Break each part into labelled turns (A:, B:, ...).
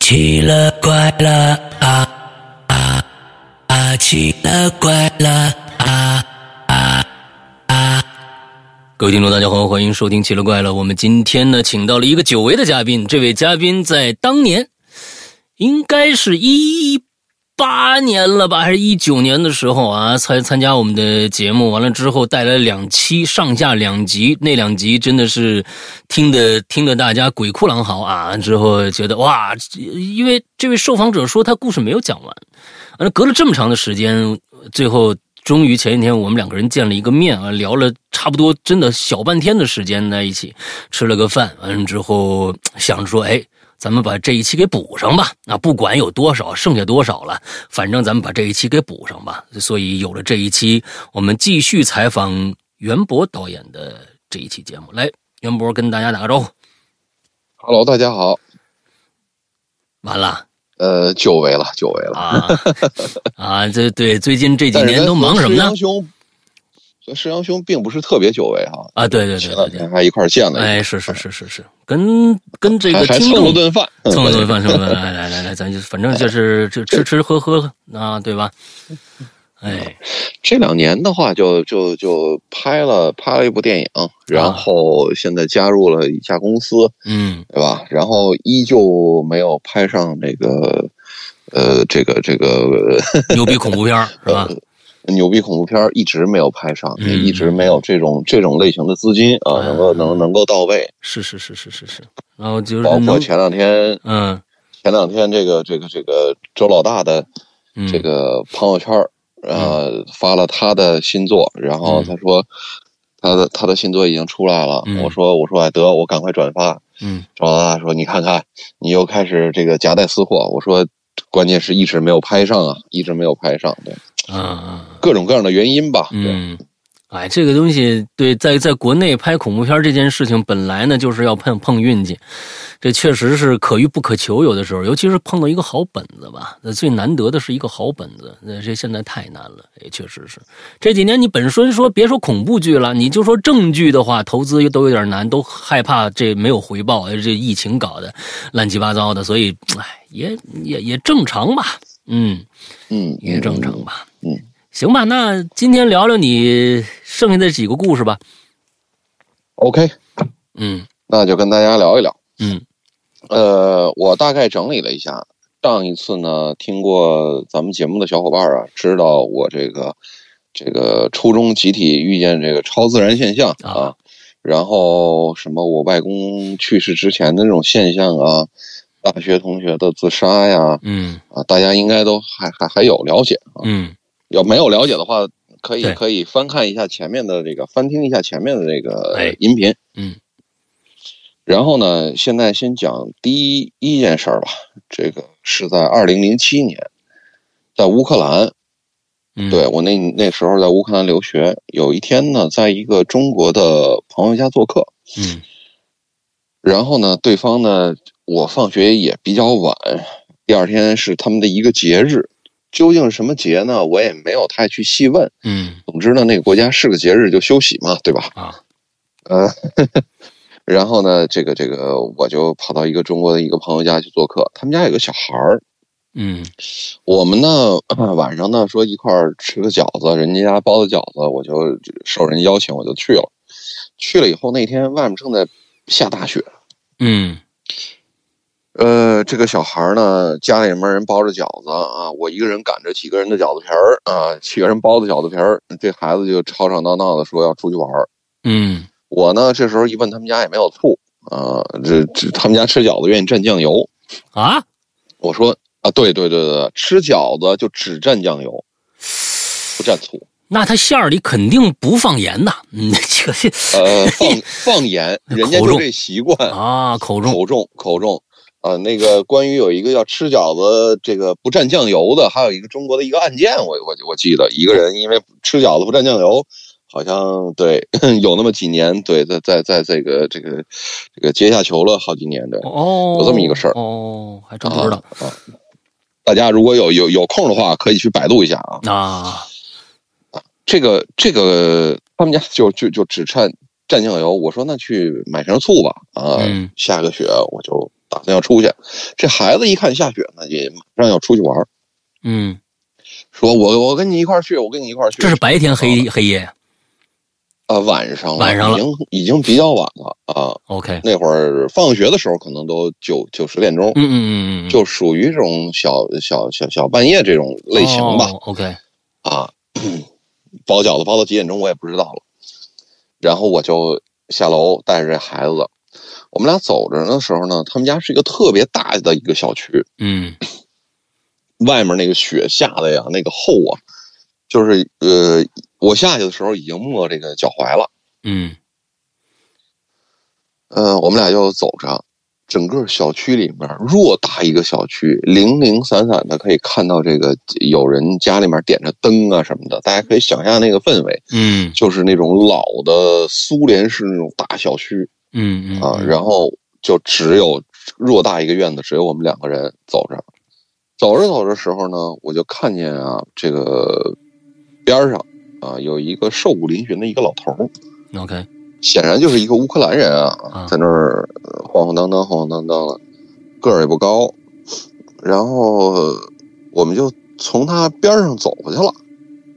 A: 奇了怪了啊啊啊！奇了怪了啊啊啊！各位听众，大家好，欢迎收听《奇了怪了》。我们今天呢，请到了一个久违的嘉宾，这位嘉宾在当年应该是一。八年了吧，还是一九年的时候啊，参参加我们的节目，完了之后带来两期上下两集，那两集真的是听的听的大家鬼哭狼嚎啊！之后觉得哇，因为这位受访者说他故事没有讲完，完了呃隔了这么长的时间，最后终于前几天我们两个人见了一个面啊，聊了差不多真的小半天的时间在一起，吃了个饭，完了之后想着说，哎。咱们把这一期给补上吧。啊，不管有多少，剩下多少了，反正咱们把这一期给补上吧。所以有了这一期，我们继续采访袁博导演的这一期节目。来，袁博跟大家打个招呼。
B: Hello，大家好。
A: 完了，
B: 呃，久违了，久违了。
A: 啊啊，这对最近这几年都忙什么呢
B: 但是跟石阳？兄，和石阳兄并不是特别久违哈、
A: 啊，对对
B: 前
A: 对
B: 两
A: 对
B: 天
A: 对，
B: 还一块儿见呢，
A: 哎，是是是是是，跟跟这
B: 还
A: 个
B: 还
A: 听
B: 蹭了
A: 众。
B: 顿哎饭，
A: 蹭了顿饭，蹭了顿饭，来来来，咱就反正就是就吃吃喝喝啊，对吧？哎，
B: 这两年的话就，就就拍了拍了一部电影，
A: 啊
B: 然后现在加入了一家公司，
A: 嗯，
B: 对吧？然后依旧没有拍上那个，呃，这个这个
A: 牛逼恐怖片儿是吧？
B: 牛逼恐怖片儿一直没有拍上，
A: 嗯
B: 也一直没有这种这种类型的资金啊，能够能能够到位。
A: 是是是是是是，然后就是
B: 包括
A: 能
B: 前两天
A: 嗯
B: 前两天这个这个这个周老大的
A: 嗯
B: 这个朋友圈儿，呃，发了他的新作，然后他说他的他的新作已经出来了，
A: 嗯
B: 我说我说哎得我赶快转发。
A: 嗯
B: 周老大说你看看你又开始这个夹带私货，我说关键是一直没有拍上啊，一直没有拍上，对
A: 啊啊
B: 各种各样的原因吧，对。
A: 嗯，哎，这个东西对，在在国内拍恐怖片这件事情，本来呢就是要碰碰运气，这确实是可遇不可求，有的时候，尤其是碰到一个好本子吧，那最难得的是一个好本子，那这现在太难了，也确实是。这几年你本身说别说恐怖剧了，你就说正剧的话，投资都有点难，都害怕这没有回报，这疫情搞的乱七八糟的，所以哎，也也也正常吧，嗯。
B: 嗯，
A: 也正常吧。
B: 嗯，
A: 行吧，那今天聊聊你剩下的几个故事吧。
B: OK，
A: 嗯
B: 那就跟大家聊一聊。
A: 嗯
B: 呃，我大概整理了一下，上一次呢，听过咱们节目的小伙伴啊，知道我这个这个初中集体遇见这个超自然现象啊，
A: 啊
B: 然后什么我外公去世之前的那种现象啊，大学同学的自杀呀
A: 嗯
B: 啊，大家应该都还还还有了解啊，
A: 嗯
B: 要没有了解的话，可以
A: 对
B: 可以翻看一下前面的这个，翻听一下前面的这
A: 哎
B: 个音频。
A: 嗯
B: 然后呢，现在先讲第一一件事儿吧。这个是在二零零七年，在乌克兰，
A: 嗯，
B: 对我那那时候在乌克兰留学。有一天呢，在一个中国的朋友家做客，
A: 嗯
B: 然后呢，对方呢，我放学也比较晚，第二天是他们的一个节日，究竟是什么节呢？我也没有太去细问。
A: 嗯
B: 总之呢，那个国家是个节日就休息嘛，对吧？
A: 啊
B: 呃， 然后呢，这个这个，我就跑到一个中国的一个朋友家去做客，他们家有个小孩儿，
A: 嗯
B: 我们呢 晚上呢说一块儿吃个饺子，人家家包的饺子，我就受人邀请我就去了，去了以后那天外面正在下大雪，
A: 嗯
B: 呃，这个小孩儿呢，家里面人包着饺子啊，我一个人擀着几个人的饺子皮儿啊，几个人包的饺子皮儿，这孩子就吵吵闹闹的说要出去玩儿。
A: 嗯
B: 我呢，这时候一问他们家也没有醋啊，这这他们家吃饺子愿意蘸酱油。
A: 啊，
B: 我说啊，对对对对，吃饺子就只蘸酱油，不蘸醋。
A: 那它馅儿里肯定不放盐的。嗯， 这个
B: 呃，放放盐，人家
A: 口
B: 就
A: 重
B: 这习惯，
A: 啊，口中
B: 口重口重。啊，那个关于有一个要吃饺子这个不蘸酱油的，还有一个中国的一个案件，我我我记得一个人因为吃饺子不蘸酱油，好像对 有那么几年，对，在在在这个这个这个阶下囚了好几年，对。
A: 哦，
B: 有这么一个事儿
A: 哦，还真不知道
B: 啊。啊大家如果有有有空的话，可以去百度一下啊。
A: 啊。
B: 这个这个，他们家就就就只蘸蘸酱油。我说那去买瓶醋吧啊，
A: 嗯
B: 下个雪我就打算要出去。这孩子一看下雪呢，也马上要出去玩儿，
A: 嗯，
B: 说我我跟你一块儿去，我跟你一块儿去。
A: 这是白天黑黑夜
B: 啊、晚上
A: 晚上了
B: 已经已经比较晚了啊。
A: ，OK，
B: 那会儿放学的时候可能都九九十点钟，
A: 嗯嗯嗯嗯，
B: 就属于这种小小小小半夜这种类型吧、
A: 哦，OK，
B: 啊。 包饺子包到几点钟我也不知道了，然后我就下楼带着这孩子，我们俩走着的时候呢，他们家是一个特别大的一个小区，
A: 嗯
B: 外面那个雪下的呀，那个厚啊，就是呃，我下去的时候已经没这个脚踝了。
A: 嗯
B: 嗯、我们俩就走着，整个小区里面偌大一个小区，零零散散的可以看到这个有人家里面点着灯啊什么的，大家可以想象那个氛围，
A: 嗯
B: 就是那种老的苏联式那种大小区
A: 嗯嗯
B: 啊，
A: 嗯
B: 然后就只有偌大一个院子，只有我们两个人走着。走着走着时候呢，我就看见啊，这个边儿上啊有一个瘦骨嶙峋的一个老头儿，
A: 嗯，OK，
B: 显然就是一个乌克兰人
A: 啊
B: 啊，在那儿呃晃晃荡荡、晃晃荡荡的，个儿也不高。然后呃我们就从他边儿上走过去了。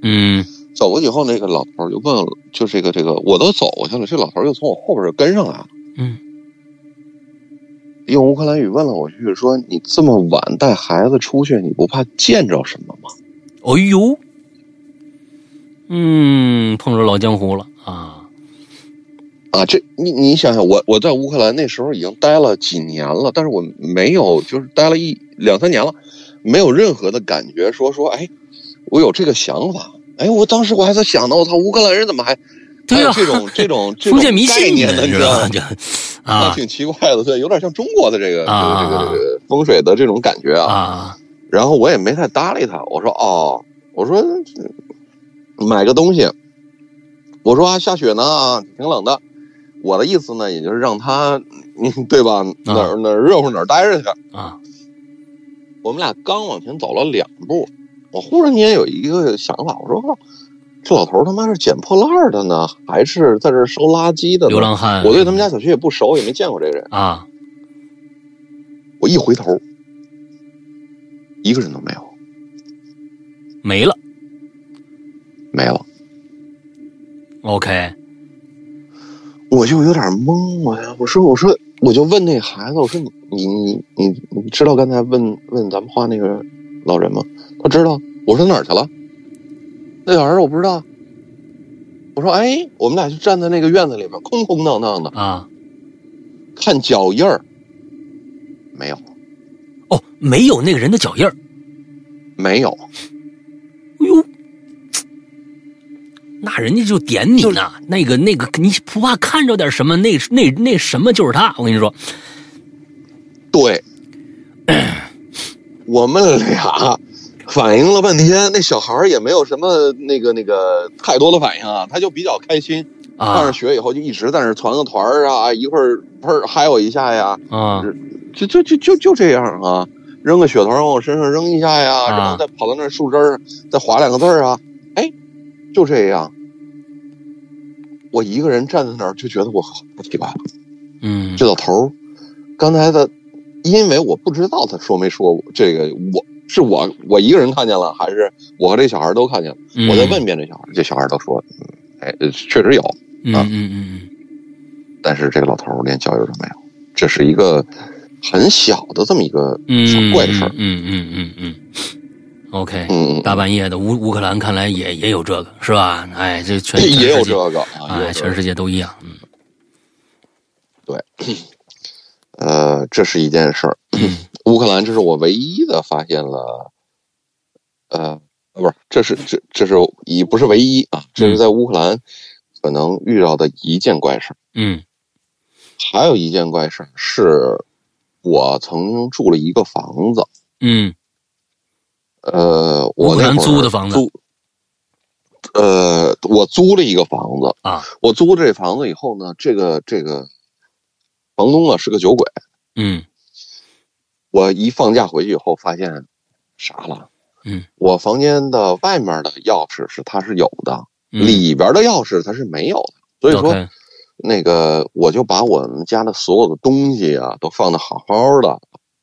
A: 嗯
B: 走过去以后，那个老头儿就问了，就这个这个，我都走过去了，这老头儿又从我后边儿就跟上来了。
A: 嗯
B: 用乌克兰语问了我一句，说：“你这么晚带孩子出去，你不怕见着什么吗
A: 哎呦，嗯，碰着老江湖了啊，？”
B: 啊，这你你想想，我我在乌克兰那时候已经待了几年了，但是我没有就是待了一两三年了，没有任何的感觉说说，哎，我有这个想法，哎，我当时我还在想呢，我操，乌克兰人怎么还还
A: 对
B: 有
A: 啊，
B: 这种这 种这
A: 封
B: 种
A: 建迷
B: 概
A: 信
B: 念呢？
A: 你
B: 你
A: 知
B: 知道
A: 道
B: 吗
A: 吗？？这
B: 啊，
A: 啊
B: 挺奇怪的，对，有点像中国的这个、
A: 啊
B: 这个这个这个风水的这种感觉啊
A: 啊，
B: 然后我也没太搭理他，我说哦，我说嗯买个东西，我说啊下雪呢啊，挺冷的。我的意思呢，也就是让他， 嗯，对吧？哪儿哪儿热乎哪儿待着去。
A: 啊，
B: 我们俩刚往前走了两步，我忽然间有一个想法，我说，哦这老头儿他妈是捡破烂儿的呢，还是在这儿收垃圾的
A: 流
B: 呢？
A: 浪汉，
B: 我对他们家小区也不熟，也没见过这个人。
A: 啊，
B: 我一回头，一个人都没有，
A: 没了
B: 没了。
A: ，OK，
B: 我就有点懵，我呀，我说我说我就问那孩子，我说你你你你知道刚才问问咱们画那个老人吗？他知道。我说哪儿去了？那小孩说我不知道。我说哎，我们俩就站在那个院子里面，空空荡荡的，
A: 啊，
B: 看脚印儿，没有
A: 哦，没有那个人的脚印儿，
B: 没有，
A: 哎呦，那人家就点你呢，那个那个，你不怕看着点什么？那那那什么就是他，我跟你说，
B: 对， 我们俩反应了半天，那小孩儿也没有什么那个那个太多的反应啊，他就比较开心。上
A: 啊
B: 上学以后就一直在那儿团个团儿啊，一会儿喷儿嗨我一下呀，
A: 啊
B: 就就就就就这样啊，扔个雪团往我身上扔一下呀，
A: 啊
B: 然后再跑到那儿树枝儿再划两个字儿啊，哎，就这样。我一个人站在那儿就觉得我不奇怪了，
A: 嗯
B: 这老头儿刚才的，因为我不知道他说没说这个，我是我我一个人看见了，还是我和这小孩儿都看见了？
A: 嗯
B: 我再问一遍这小孩儿，这小孩儿都说，嗯哎，确实有。
A: 嗯
B: 啊
A: 嗯嗯
B: 但是这个老头儿连脚印儿都没有，这是一个很小的这么一个
A: 嗯，
B: 小怪事儿。
A: 嗯嗯嗯嗯嗯，OK，
B: 嗯，
A: 大半夜的乌乌克兰看来也也有这个是吧？哎，这全全
B: 也有
A: 世
B: 这
A: 界
B: 个啊，也
A: 哎，
B: 有这
A: 全
B: 个
A: 世界都一样，嗯
B: 呃，这是一件事儿。 乌克兰，这是我唯一的发现了，呃，不是，这是这这是也不是唯一啊，
A: 嗯
B: 这是在乌克兰可能遇到的一件怪事儿。
A: 嗯
B: 还有一件怪事儿是，我曾经住了一个房子，
A: 嗯
B: 呃，我
A: 乌克兰
B: 那会儿
A: 租的房子
B: 租呃，我租了一个房子
A: 啊，
B: 我租这房子以后呢，这个这个房东啊是个酒鬼，
A: 嗯
B: 我一放假回去以后发现傻了，
A: 嗯，
B: 我房间的外面的钥匙是他是有的，
A: 嗯
B: 里边的钥匙他是没有的，所以说
A: OK，
B: 那个我就把我们家的所有的东西啊都放的好好的。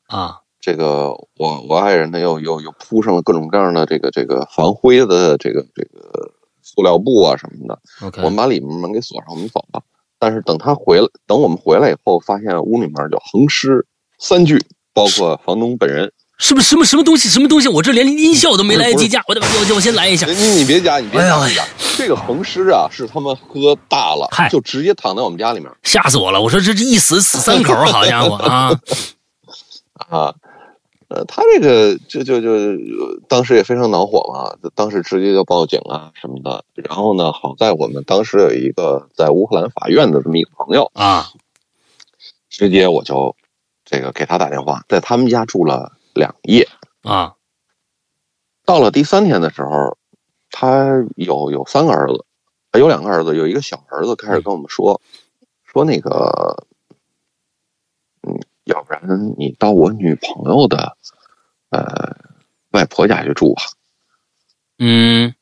A: 啊，
B: 这个我我爱人呢又又又铺上了各种各样的这个这个防灰的这个这个塑料布啊什么的。
A: ，OK，
B: 我们把里面门给锁上，我们走吧。但是等他回来，等我们回来以后，发现屋里面就横尸三具，包括房东本人。
A: 是不是什么什么东西什么东西？我这连音效都没来得
B: 不
A: 及
B: 是
A: 加，我得我我先来一下
B: 你。你别加，你别加，
A: 哎
B: 别加这个横尸啊，是他们喝大了
A: 嗨，
B: 就直接躺在我们家里面
A: 吓死我了！我说这这一死死三口，好家伙啊！
B: 啊。呃，他这个就就就呃当时也非常恼火嘛，当时直接就报警啊什么的。然后呢，好在我们当时有一个在乌克兰法院的这么一个朋友，
A: 啊，
B: 直接我就这个给他打电话，在他们家住了两夜。
A: 啊，
B: 到了第三天的时候，他有有三个儿子，呃有两个儿子，有一个小儿子开始跟我们说，说那个，嗯，要不然你到我女朋友的，呃，外婆家去住吧。
A: 嗯，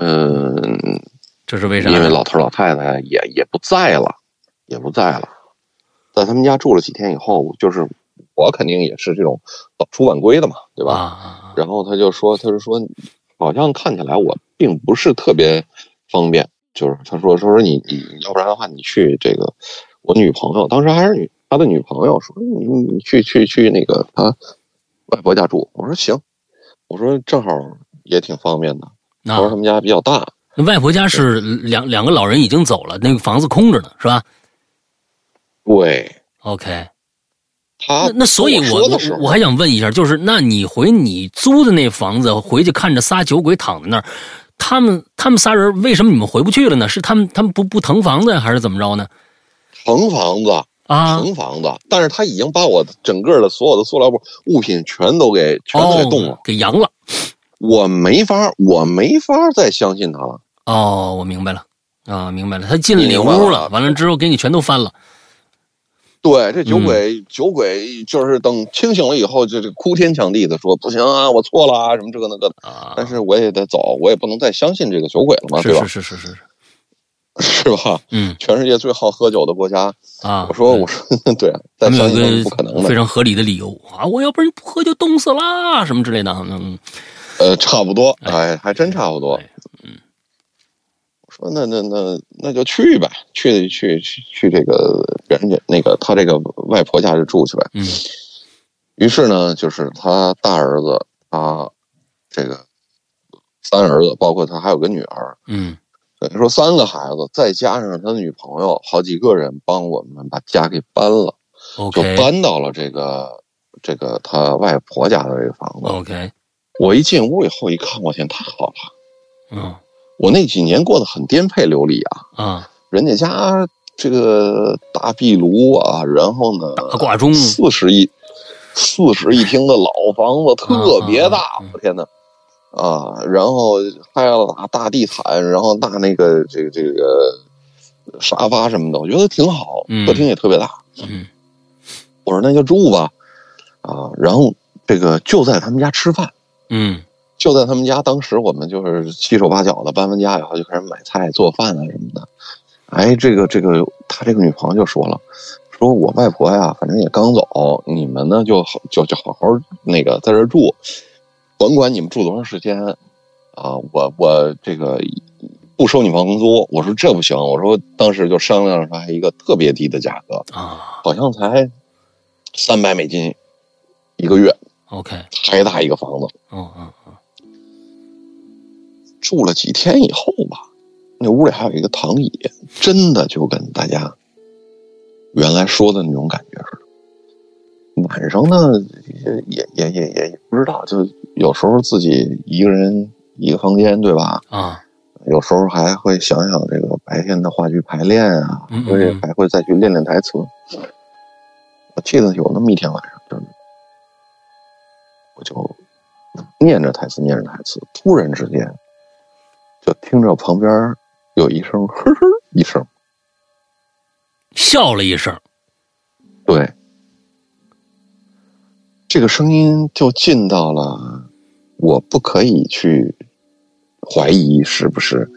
B: 嗯，
A: 这是为啥？
B: 因为老头老太太也也不在了，也不在了，在他们家住了几天以后，就是我肯定也是这种早出晚归的嘛，对吧？
A: 啊，
B: 然后他就说，他就说，好像看起来我并不是特别方便，就是他说，他说你你你要不然的话，你去这个我女朋友，当时还是女他的女朋友说，你你你去去去那个他外婆家住，我说行，我说正好也挺方便的，
A: 那
B: 他说他们家比较大，
A: 那外婆家是两两个老人已经走了，那个房子空着呢，是吧
B: 对
A: ？OK，
B: 他
A: 那那所以
B: 跟
A: 我
B: 啊说的时
A: 我
B: 候
A: 我还想问一下，就是那你回你租的那房子回去看着仨酒鬼躺在那儿，他们他们仨人为什么你们回不去了呢？是他们他们不不腾房子呀，还是怎么着呢？
B: 腾房子
A: 啊，
B: 腾房子，但是他已经把我整个的所有的塑料布物品全都给全都给动了
A: 哦。，给扬了。
B: 我没法，我没法再相信他了。
A: 哦，我明白了，啊，明白了，他进
B: 你
A: 你
B: 明白
A: 屋
B: 了
A: 了，完了之后给你全都翻了。
B: 对，这
A: 嗯
B: 酒鬼，酒鬼就是等清醒了以后，就就哭天抢地的说不行啊，我错了啊，什么这个那个的。
A: 啊，
B: 但是我也得走，我也不能再相信这个酒鬼了嘛，
A: 是
B: 对吧？
A: 是是是是，
B: 是吧？
A: 嗯
B: 全世界最好喝酒的国家，
A: 啊，
B: 我说我说 对，啊
A: 他
B: 再
A: 们
B: 相
A: 有
B: 信他们不可
A: 一
B: 能
A: 个非
B: 的。
A: 常合理的理由啊，我要不然不喝就冻死啦，什么之类的，嗯，
B: 呃，差不多，
A: 哎
B: 哎，还真差不多。
A: 哎
B: 我说那那那那就去呗，去去去去这个别人家那个他这个外婆家就住去呗。
A: 嗯
B: 于是呢，就是他大儿子，他这个三儿子，包括他还有个女儿，
A: 嗯
B: 等于说三个孩子，再加上他女朋友，好几个人帮我们把家给搬了，就
A: ，OK
B: 搬到了这个这个他外婆家的这个房子。
A: OK，
B: 我一进屋以后一看，我天，太好了！
A: 嗯
B: 我那几年过得很颠沛流离啊，
A: 啊，
B: 人家家这个大壁炉啊，然后呢，
A: 大呃挂钟
B: 四室一四室一厅的老房子，特别
A: 啊
B: 大
A: 啊啊，
B: 我天呐，啊，然后还有大大地毯，然后大那个这个这个沙发什么的，我觉得挺好
A: 嗯，
B: 客厅也特别大。
A: 嗯
B: 我说那就住吧，啊，然后这个就在他们家吃饭。
A: 嗯
B: 就在他们家，当时我们就是七手八脚的搬完家以后，就开始买菜做饭啊什么的。哎，这个这个，他这个女朋友就说了，说我外婆呀，反正也刚走，你们呢就好就就好好那个在这儿住，甭管你们住多长时间啊，我我这个不收你房租。我说这不行，我说当时就商量出来一个特别低的价格，
A: 啊
B: 好像才三百美金一个月，
A: ，OK，
B: 还大一个房子。
A: 哦哦
B: 住了几天以后吧，那屋里还有一个躺椅，真的就跟大家原来说的那种感觉似的。晚上呢，也也也也也不知道，就有时候自己一个人一个房间，对吧？
A: 啊，
B: 有时候还会想想这个白天的话剧排练啊，
A: 嗯嗯
B: 所以
A: 嗯
B: 还会再去练练台词。我记得有那么一天晚上，就是我就念着台词，念着台词，突然之间就听着旁边有一声呵呵一声，
A: 笑了一声，
B: 对，这个声音就进到了我不可以去怀疑是不是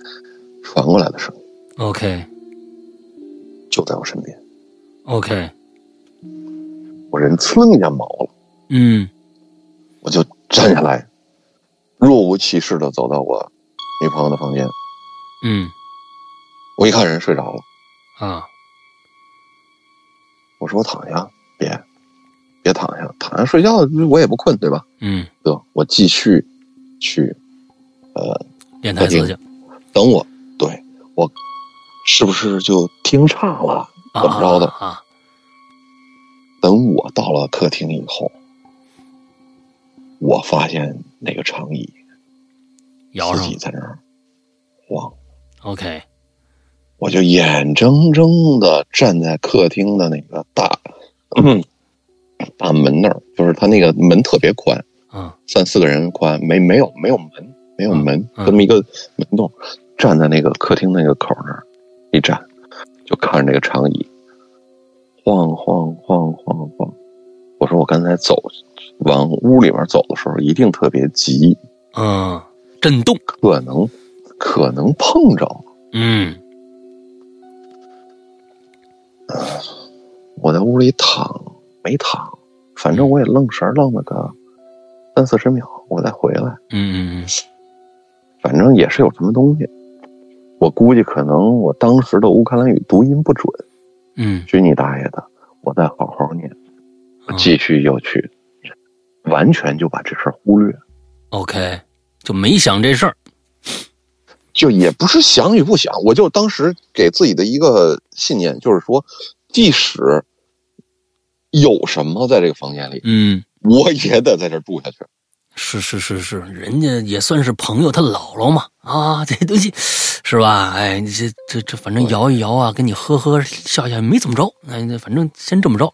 B: 传过来的声音。
A: OK，
B: 就在我身边，
A: ，OK，
B: 我人噌一下毛了，
A: 嗯
B: 我就站下来，若无其事的走到我女朋友的房间，
A: 嗯
B: 我一看人睡着了，
A: 啊，
B: 我说我躺下，别，别躺下，躺下睡觉我也不困，对吧？
A: 嗯，
B: 得，我继续去，呃，
A: 练台词去
B: 等我，对我是不是就听岔
A: 啊
B: 了？怎么着的
A: 啊？
B: 等我到了客厅以后，我发现那个长椅
A: 摇
B: 自
A: 上
B: 己在那儿晃，
A: ，OK，
B: 我就眼睁睁的站在客厅的那个大、
A: 嗯
B: 大门那儿，就是它那个门特别宽，
A: 啊
B: 三四个人宽，没没有没有门，没有门，
A: 嗯嗯
B: 这么一个门洞，站在那个客厅那个口那儿一站，就看着那个长椅，晃晃晃晃晃。我说我刚才走往屋里面走的时候，一定特别急，
A: 嗯，震动，
B: 可能可能碰着了。
A: 嗯
B: 我在屋里躺没躺，反正我也愣神儿愣了个三四十秒，我再回来。
A: 嗯嗯
B: 反正也是有什么东西。我估计可能我当时的乌克兰语读音不准，
A: 嗯
B: 去你大爷的！我再好好念，我
A: 嗯，
B: 继续又去，完全就把这事儿忽略，
A: OK，就没想这事儿，
B: 就也不是想与不想，我就当时给自己的一个信念，就是说，即使有什么在这个房间里，
A: 嗯。
B: 我也得在这儿住下去。
A: 是是是是，人家也算是朋友，他姥姥嘛啊，这东西是吧？哎，你这这这，反正摇一摇啊，跟你呵呵笑笑，没怎么着。哎，那反正先这么着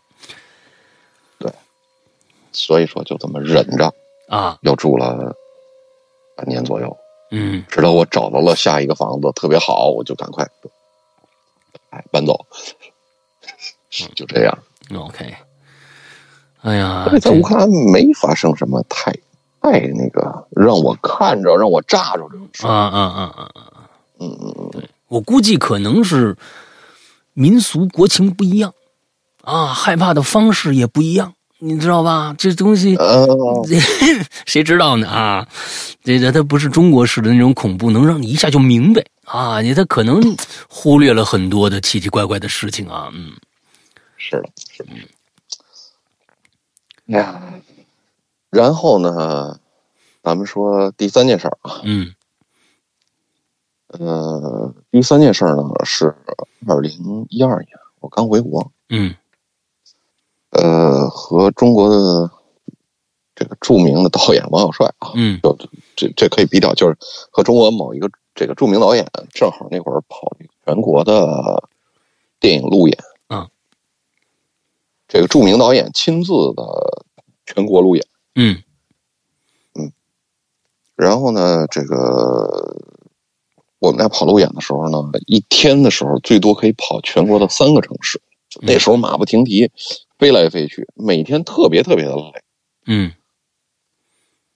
B: 所以说，就这么忍着，
A: 啊，
B: 又住了半年左右。
A: 嗯
B: 直到我找到了下一个房子特别好，我就赶快，哎，搬走，就这样。
A: ，OK。哎呀
B: 而且，在
A: 这
B: 乌克兰没发生什么太太那个让我看着让我炸着这种事
A: 啊
B: 儿。
A: 啊啊啊！啊
B: 嗯嗯嗯，
A: 我估计可能是民俗国情不一样啊，害怕的方式也不一样，你知道吧？这东西，
B: 呃，
A: 谁知道呢啊？这这它不是中国式的那种恐怖，能让你一下就明白啊！你他可能忽略了很多的奇奇怪怪的事情啊，嗯
B: 是的，是的。呀，然后呢，咱们说第三件事儿啊，
A: 嗯
B: 呃，第三件事儿呢是二零一二年，我刚回国，
A: 嗯
B: 呃，和中国的这个著名的导演王小帅啊，
A: 嗯
B: 就这这可以比较，就是和中国某一个这个著名导演，正好那会儿跑全国的电影路演，
A: 啊，
B: 这个著名导演亲自的全国路演，
A: 嗯
B: 然后呢，这个我们俩跑路演的时候呢，一天的时候最多可以跑全国的三个城市，就那时候马不停蹄，飞来飞去，每天特别特别的累。
A: 嗯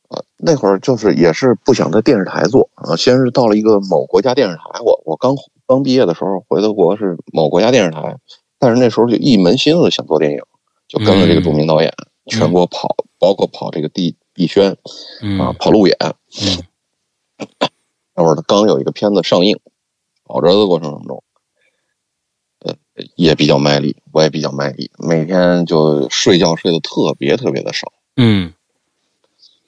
B: 啊，那会儿就是也是不想在电视台做啊，先是到了一个某国家电视台，我我刚刚毕业的时候回的国是某国家电视台，但是那时候就一门心思想做电影，就跟了这个著名导演，全国跑，包括跑这个地地宣
A: 嗯
B: 啊，跑路演。
A: 嗯
B: 那会儿刚有一个片子上映，跑着的过程当中，呃，也比较卖力，我也比较卖力，每天就睡觉睡得特别特别的少。
A: 嗯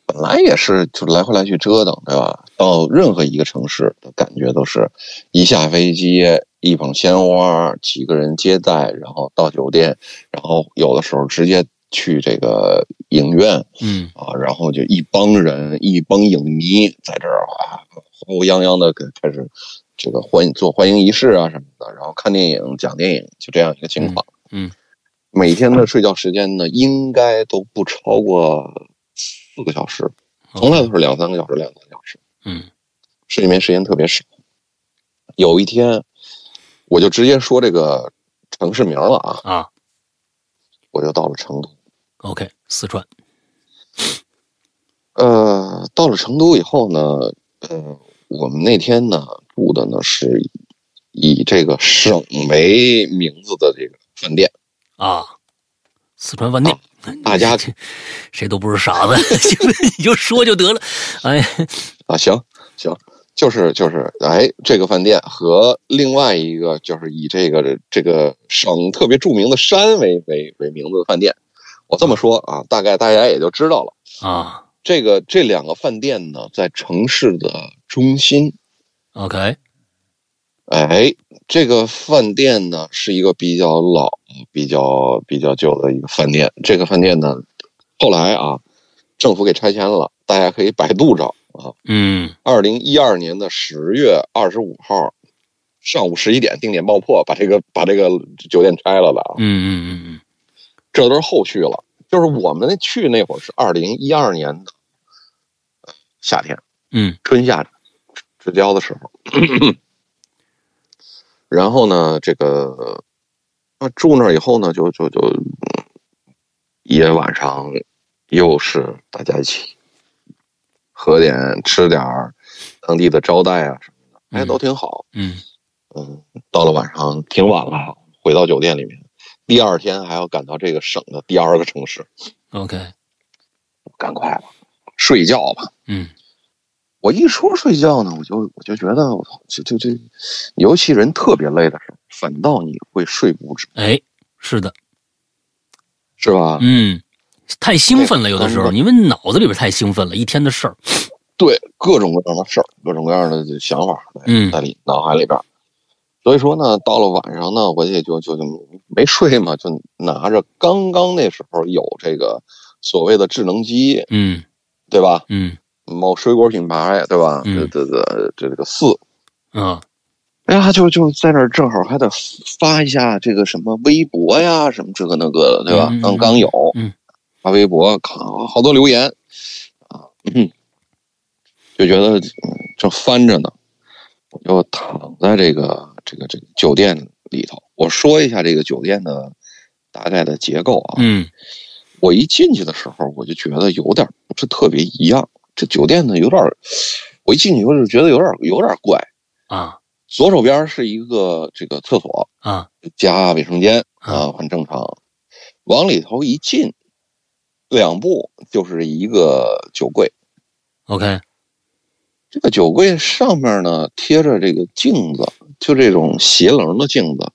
B: 本来也是就来回来去折腾，对吧？到任何一个城市的感觉都是，一下飞机，一捧鲜花，几个人接待，然后到酒店，然后有的时候直接去这个影院
A: 嗯
B: 啊，然后就一帮人，一帮影迷在这儿啊，呼呼泱泱的给开始这个欢迎做欢迎仪式啊什么的，然后看电影、讲电影，就这样一个情况。
A: 嗯嗯
B: 每天的睡觉时间呢，应该都不超过四个小时，从来都是两三个小时、两三个小时，
A: 嗯
B: 睡眠时间特别少。有一天，我就直接说这个城市名了啊，
A: 啊
B: 我就到了成都。
A: ，OK，四川，
B: 呃，到了成都以后呢，呃，我们那天呢住的呢是以这个省为名字的这个饭店。
A: 啊，四川饭店，
B: 啊大家
A: 谁都不是傻子， 你就说就得了。哎，
B: 啊，行行，就是就是，哎，这个饭店和另外一个就是以这个这个省特别著名的山为为为名字的饭店，我这么说啊，大概大家也就知道了。
A: 啊
B: 这个这两个饭店呢，在城市的中心。
A: ，OK，
B: 哎，这个饭店呢是一个比较老、比较比较旧的一个饭店。这个饭店呢，后来啊，政府给拆迁了，大家可以百度着啊。
A: 嗯，
B: 二零一二年的十月二十五号上午十一点定点爆破，把这个把这个酒店拆了的啊，
A: 嗯嗯嗯
B: 这都是后续了。就是我们去那会儿是二零一二年的夏天，
A: 嗯
B: 春夏之交的时候。然后呢，这个啊住那儿以后呢，就就就嗯也晚上又是大家一起喝点吃点儿当地的招待啊什么的，哎，
A: 嗯
B: 都挺好。
A: 嗯
B: 嗯，到了晚上挺晚了，回到酒店里面，第二天还要赶到这个省的第二个城市，
A: 嗯，OK，
B: 赶快吧，睡觉吧。
A: 嗯
B: 我一说睡觉呢，我就我就觉得我操，就就就，尤其人特别累的时候，反倒你会睡不着，
A: 哎，是的，
B: 是吧？
A: 嗯，太兴奋了，有的时候
B: 嗯
A: 你们脑子里边太兴奋了，一天的事儿，
B: 对，各种各样的事儿，各种各样的想法
A: 嗯
B: 在里脑海里边儿。所以说呢，到了晚上呢，我也就就就没睡嘛，就拿着刚刚那时候有这个所谓的智能机，
A: 嗯
B: 对吧？
A: 嗯
B: 某水果品牌，对吧？
A: 嗯
B: 这这这这个四，
A: 啊
B: 哎呀，就就在那儿正好还得发一下这个什么微博呀，什么这个那个的，对吧
A: 嗯嗯？
B: 刚刚有，
A: 嗯，
B: 发微博，靠，好多留言啊，嗯，就觉得嗯正翻着呢，我就躺在这个这个这个酒店里头。我说一下这个酒店的大概的结构啊。
A: 嗯
B: 我一进去的时候，我就觉得有点不是特别一样，这酒店呢有点儿，我一进去我就觉得有点儿有点儿怪。
A: 啊
B: 左手边是一个这个厕所
A: 啊
B: 加卫生间
A: 啊
B: 啊，很正常。往里头一进，两步就是一个酒柜。
A: ，OK，
B: 这个酒柜上面呢贴着这个镜子，就这种斜棱的镜子，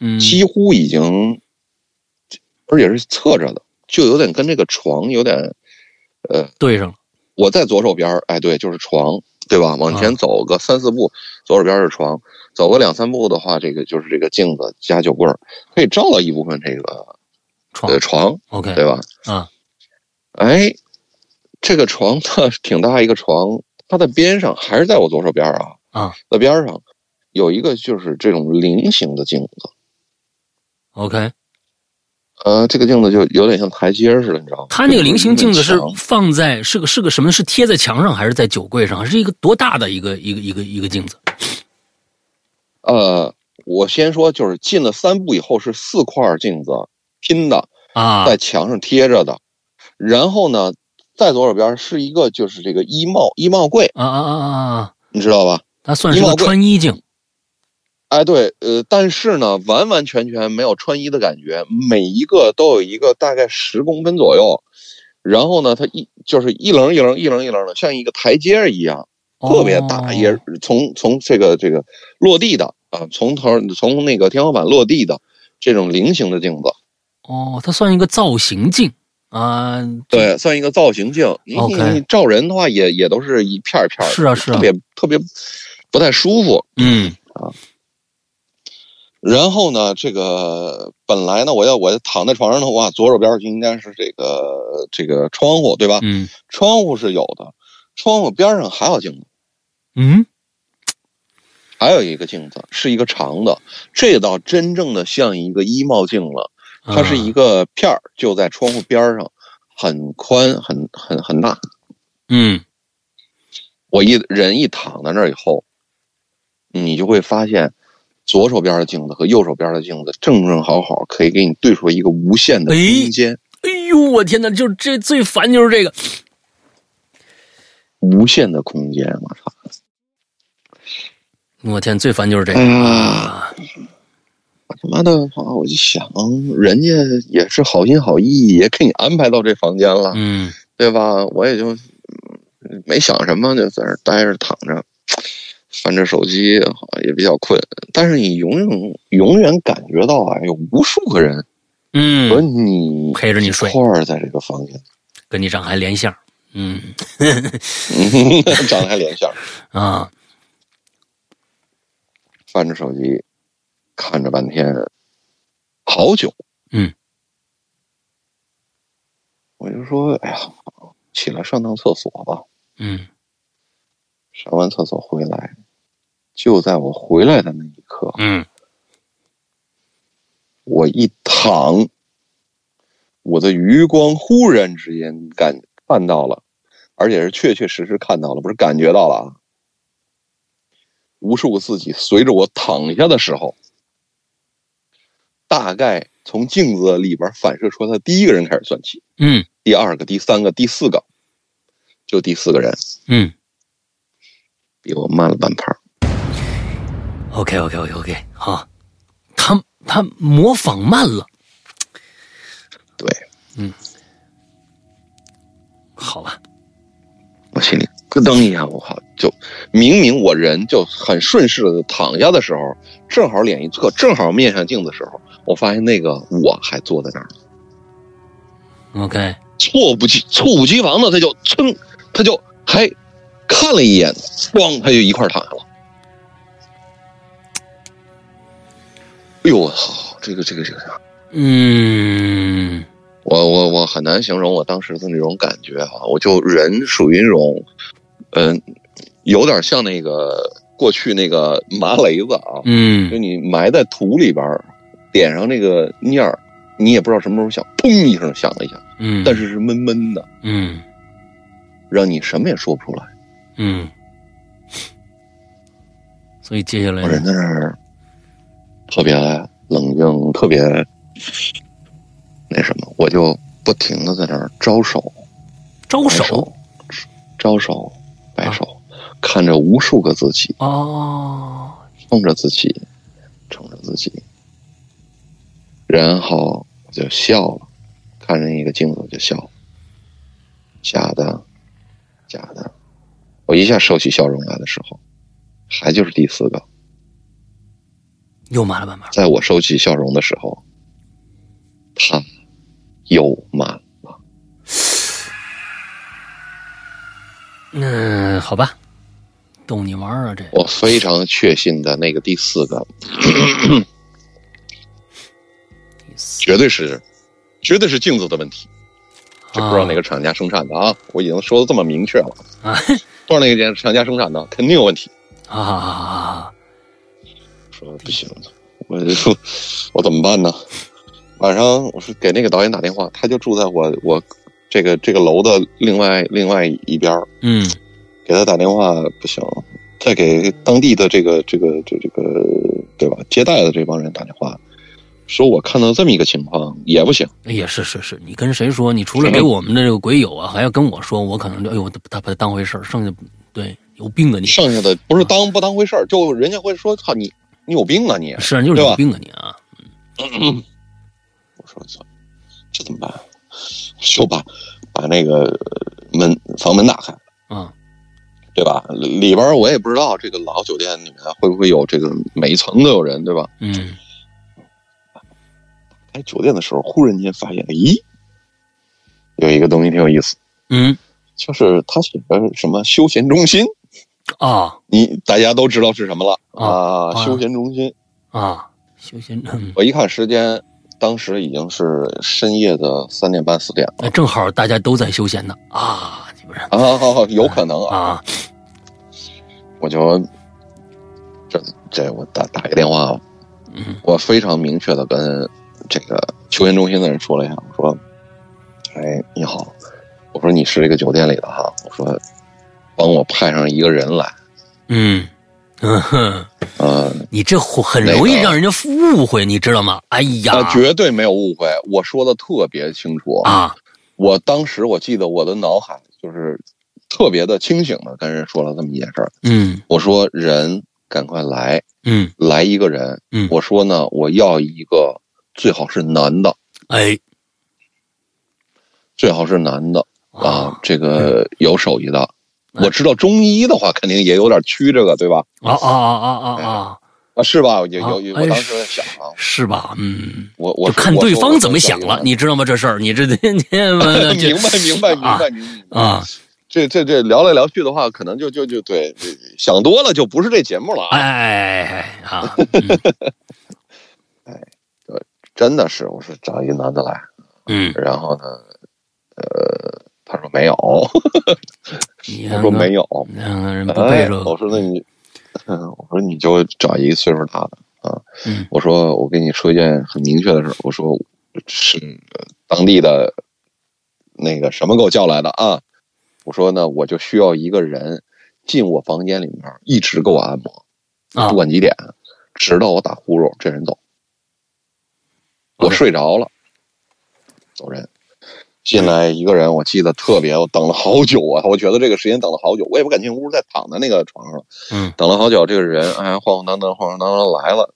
A: 嗯
B: 几乎已经，而且是侧着的，就有点跟这个床有点。
A: 对上了，
B: 我在左手边儿，哎，对，就是床，对吧？往
A: 啊
B: 前走个三四步，左手边是床，走个两三步的话，这个就是这个镜子加酒柜儿，可以照到一部分这个
A: 床
B: 呃床，
A: ，OK，
B: 对吧？
A: 哦啊，
B: 哎，这个床呢挺大一个床，它的边上还是在我左手边儿啊，
A: 啊，
B: 的边儿上有一个就是这种菱形的镜子，
A: OK，
B: 呃，这个镜子就有点像台阶儿似的，你知道吗？
A: 它那个菱形镜子是
B: 就是那么长
A: 放在是个是个什么？是贴在墙上还是在酒柜上？还是一个多大的一个一个一个一个镜子？
B: 呃，我先说就是进了三步以后是四块镜子拼的。
A: 啊
B: 在墙上贴着的。然后呢，在左手边是一个就是这个衣帽衣帽柜，
A: 啊啊啊啊啊！
B: 你知道吧？
A: 它算是个穿衣镜
B: 哎，对，呃，但是呢，完完全全没有穿衣的感觉，每一个都有一个大概十公分左右。然后呢，它一就是一棱一棱一棱一棱的，像一个台阶儿一样，特别大，
A: 哦
B: 也从从这个这个落地的啊，从头从那个天花板落地的这种菱形的镜子，
A: 哦，它算一个造型镜啊，
B: 对，算一个造型镜。你你
A: OK
B: 你照人的话也，也都是一片儿一片儿的，
A: 是啊是啊
B: 特别特别不太舒服。
A: 嗯
B: 然后呢，这个本来呢，我要我躺在床上的话，左手边就应该是这个这个窗户，对吧？
A: 嗯
B: 窗户是有的，窗户边上还有镜子，
A: 嗯，
B: 还有一个镜子是一个长的，这倒真正的像一个衣帽镜了。它是一
A: 啊
B: 个片儿，就在窗户边上，很宽，很很很大。
A: 嗯
B: 我一人一躺在那儿以后，你就会发现，左手边的镜子和右手边的镜子正正好好，可以给你对出一个无限的
A: 哎
B: 空间，
A: 哎呦我天哪，就是这最烦就是这个
B: 无限的空间。我操！
A: 我天，最烦就是这个啊
B: 哎。呀，我他妈的话，我就想，人家也是好心好意，也给你安排到这房间了，
A: 嗯
B: 对吧？我也就嗯没想什么，就在那儿待着躺着，翻着手机，好像也比较困。但是你永远永远感觉到啊，有无数个人和
A: 嗯，
B: 你
A: 陪着你睡
B: 一块儿在这个房间，
A: 跟你长还连线儿。嗯
B: 嗯张开脸相，
A: 啊，
B: 翻着手机，看着半天，好久。
A: 嗯，
B: 我就说，哎呀，起来上趟厕所吧。
A: 嗯
B: 上完厕所回来，就在我回来的那一刻，
A: 嗯
B: 我一躺，我的余光忽然之间感看到了，而且是确确实实看到了，不是感觉到了啊。无数个自己随着我躺下的时候，大概从镜子里边反射出他第一个人开始算起，
A: 嗯
B: 第二个、第三个、第四个，就第四个人
A: 嗯
B: 比我慢了半拍儿。
A: ，OK OK OK OK，好，他他模仿慢了，嗯
B: 对
A: 好吧，
B: 我心里咯噔一下，我靠！就明明我人就很顺势的躺下的时候，正好脸一侧，正好面向镜子的时候，我发现那个我还坐在那儿，
A: ，OK，
B: 猝不及猝不及防的，他就噌，他就还看了一眼，咣，他就一块儿躺下了。哎呦我操！这个这个这个，
A: 嗯
B: 我我我很难形容我当时的那种感觉啊！我就人属于那种，嗯、有点像那个过去那个麻雷子啊，就
A: 嗯
B: 你埋在土里边儿，点上那个念儿，你也不知道什么时候响，砰一声响了一下，
A: 嗯，
B: 但是是闷闷的，
A: 嗯
B: 让你什么也说不出来。
A: 嗯， 所以接下来
B: 我人在那儿特别冷静，特别 那什么，我就不停的在那儿招手，
A: 招
B: 摆
A: 手，
B: 招手，摆手，看着无数个自己，
A: 哦，
B: 冲着自己，冲着自己，然后我就笑了，看着一个镜子我就笑了，假的，假的，我一下收起笑容来的时候，还就是第四个，
A: 又慢了半拍儿，
B: 在我收起笑容的时候，他又满了，
A: 嗯，好吧，逗你玩儿啊，这
B: 我非常确信的那个第四个绝对是，绝对是镜子的问题。这不知道哪个厂家生产的啊，我已经说的这么明确了
A: 啊，
B: 不知道哪个厂家生产的，肯定有问题。
A: 啊啊啊啊啊，
B: 说不行，我就我怎么办呢？晚上我是给那个导演打电话，他就住在我我这个这个楼的另外另外一边儿
A: 嗯
B: 给他打电话不行，再给当地的这个这个这这个对吧接待的这帮人打电话，说我看到这么一个情况也不行。
A: 也是是是，你跟谁说？你除了给我们的这个鬼友啊，还要跟我说，我可能就哎呦，我他把他当回事儿，剩下对有病啊你，
B: 剩下的不是当不当回事儿，就人家会说：“操你，你有病啊你
A: 是啊就是
B: 对吧
A: 有病啊你啊，！”
B: 我说：“操，这怎么办？”啊就把把那个呃门房门打开，
A: 啊
B: 对吧？里里边儿我也不知道这个老酒店里面会不会有这个每一层都有人，对吧？
A: 嗯
B: 开酒店的时候，忽然间发现，咦，有一个东西挺有意思，
A: 嗯
B: 就是它写的什么休闲中心，
A: 啊
B: 你大家都知道是什么了
A: 啊
B: 啊？休闲中心，
A: 啊，休闲嗯，
B: 我一看时间，当时已经是深夜的三点半四点了
A: 哎正好大家都在休闲呢啊，基本上
B: 啊，好好有可能啊，
A: 啊
B: 我就这这我打打个电话，啊
A: 嗯
B: 我非常明确的跟这个球员中心的人说了一下，我说：“哎，你好，我说你是这个酒店里的哈，我说帮我派上一个人来，
A: 嗯嗯哼，
B: 呃，
A: 你这很容易
B: 那个
A: 让人家误会，你知道吗？哎呀
B: 他呃绝对没有误会，我说的特别清楚。
A: 啊
B: 我当时我记得我的脑海就是特别的清醒的跟人说了这么一件事儿，
A: 嗯
B: 我说人赶快来，
A: 嗯，
B: 来一个人。
A: 嗯
B: 我说呢，我要一个最好是男的，
A: 哎，
B: 最好是男的啊，这个有手艺的。
A: 嗯
B: 我知道中医的话，肯定也有点虚这个，对吧？
A: 啊啊啊啊啊啊，
B: 啊，是吧？有有有，
A: 啊哎
B: 我当时在想啊，
A: 是吧？嗯，
B: 我我
A: 就看
B: 我
A: 对
B: 我
A: 方
B: 我
A: 怎么想了，你知道吗？这事儿，你这天天
B: 明白 明白明
A: 啊
B: 白明白
A: 啊，
B: 这这这聊来聊去的话，可能就就就对，这想多了就不是这节目了啊！
A: 哎啊，嗯
B: 真的是，我说找一个男的来，
A: 嗯，
B: 然后呢，呃，他说没有，
A: 你
B: 他
A: 看
B: 说
A: 看
B: 没有，
A: 两个人不背
B: 哎，
A: 着，
B: 我说那你， 嗯，我说你就找一个岁数大的啊。
A: 嗯
B: 我说我跟你说一件很明确的事儿，我说是呃当地的那个什么给我叫来的啊。我说呢，我就需要一个人进我房间里面一直给我按摩，
A: 啊
B: 不管几点，直到我打呼噜，这人走。我
A: OK
B: 睡着了，走人。进来一个人，我记得特别，我等了好久啊！我觉得这个时间等了好久，我也不敢进屋，再躺在那个床上了。
A: 嗯，
B: 等了好久，这个人哎，晃晃荡荡，晃晃荡荡来了，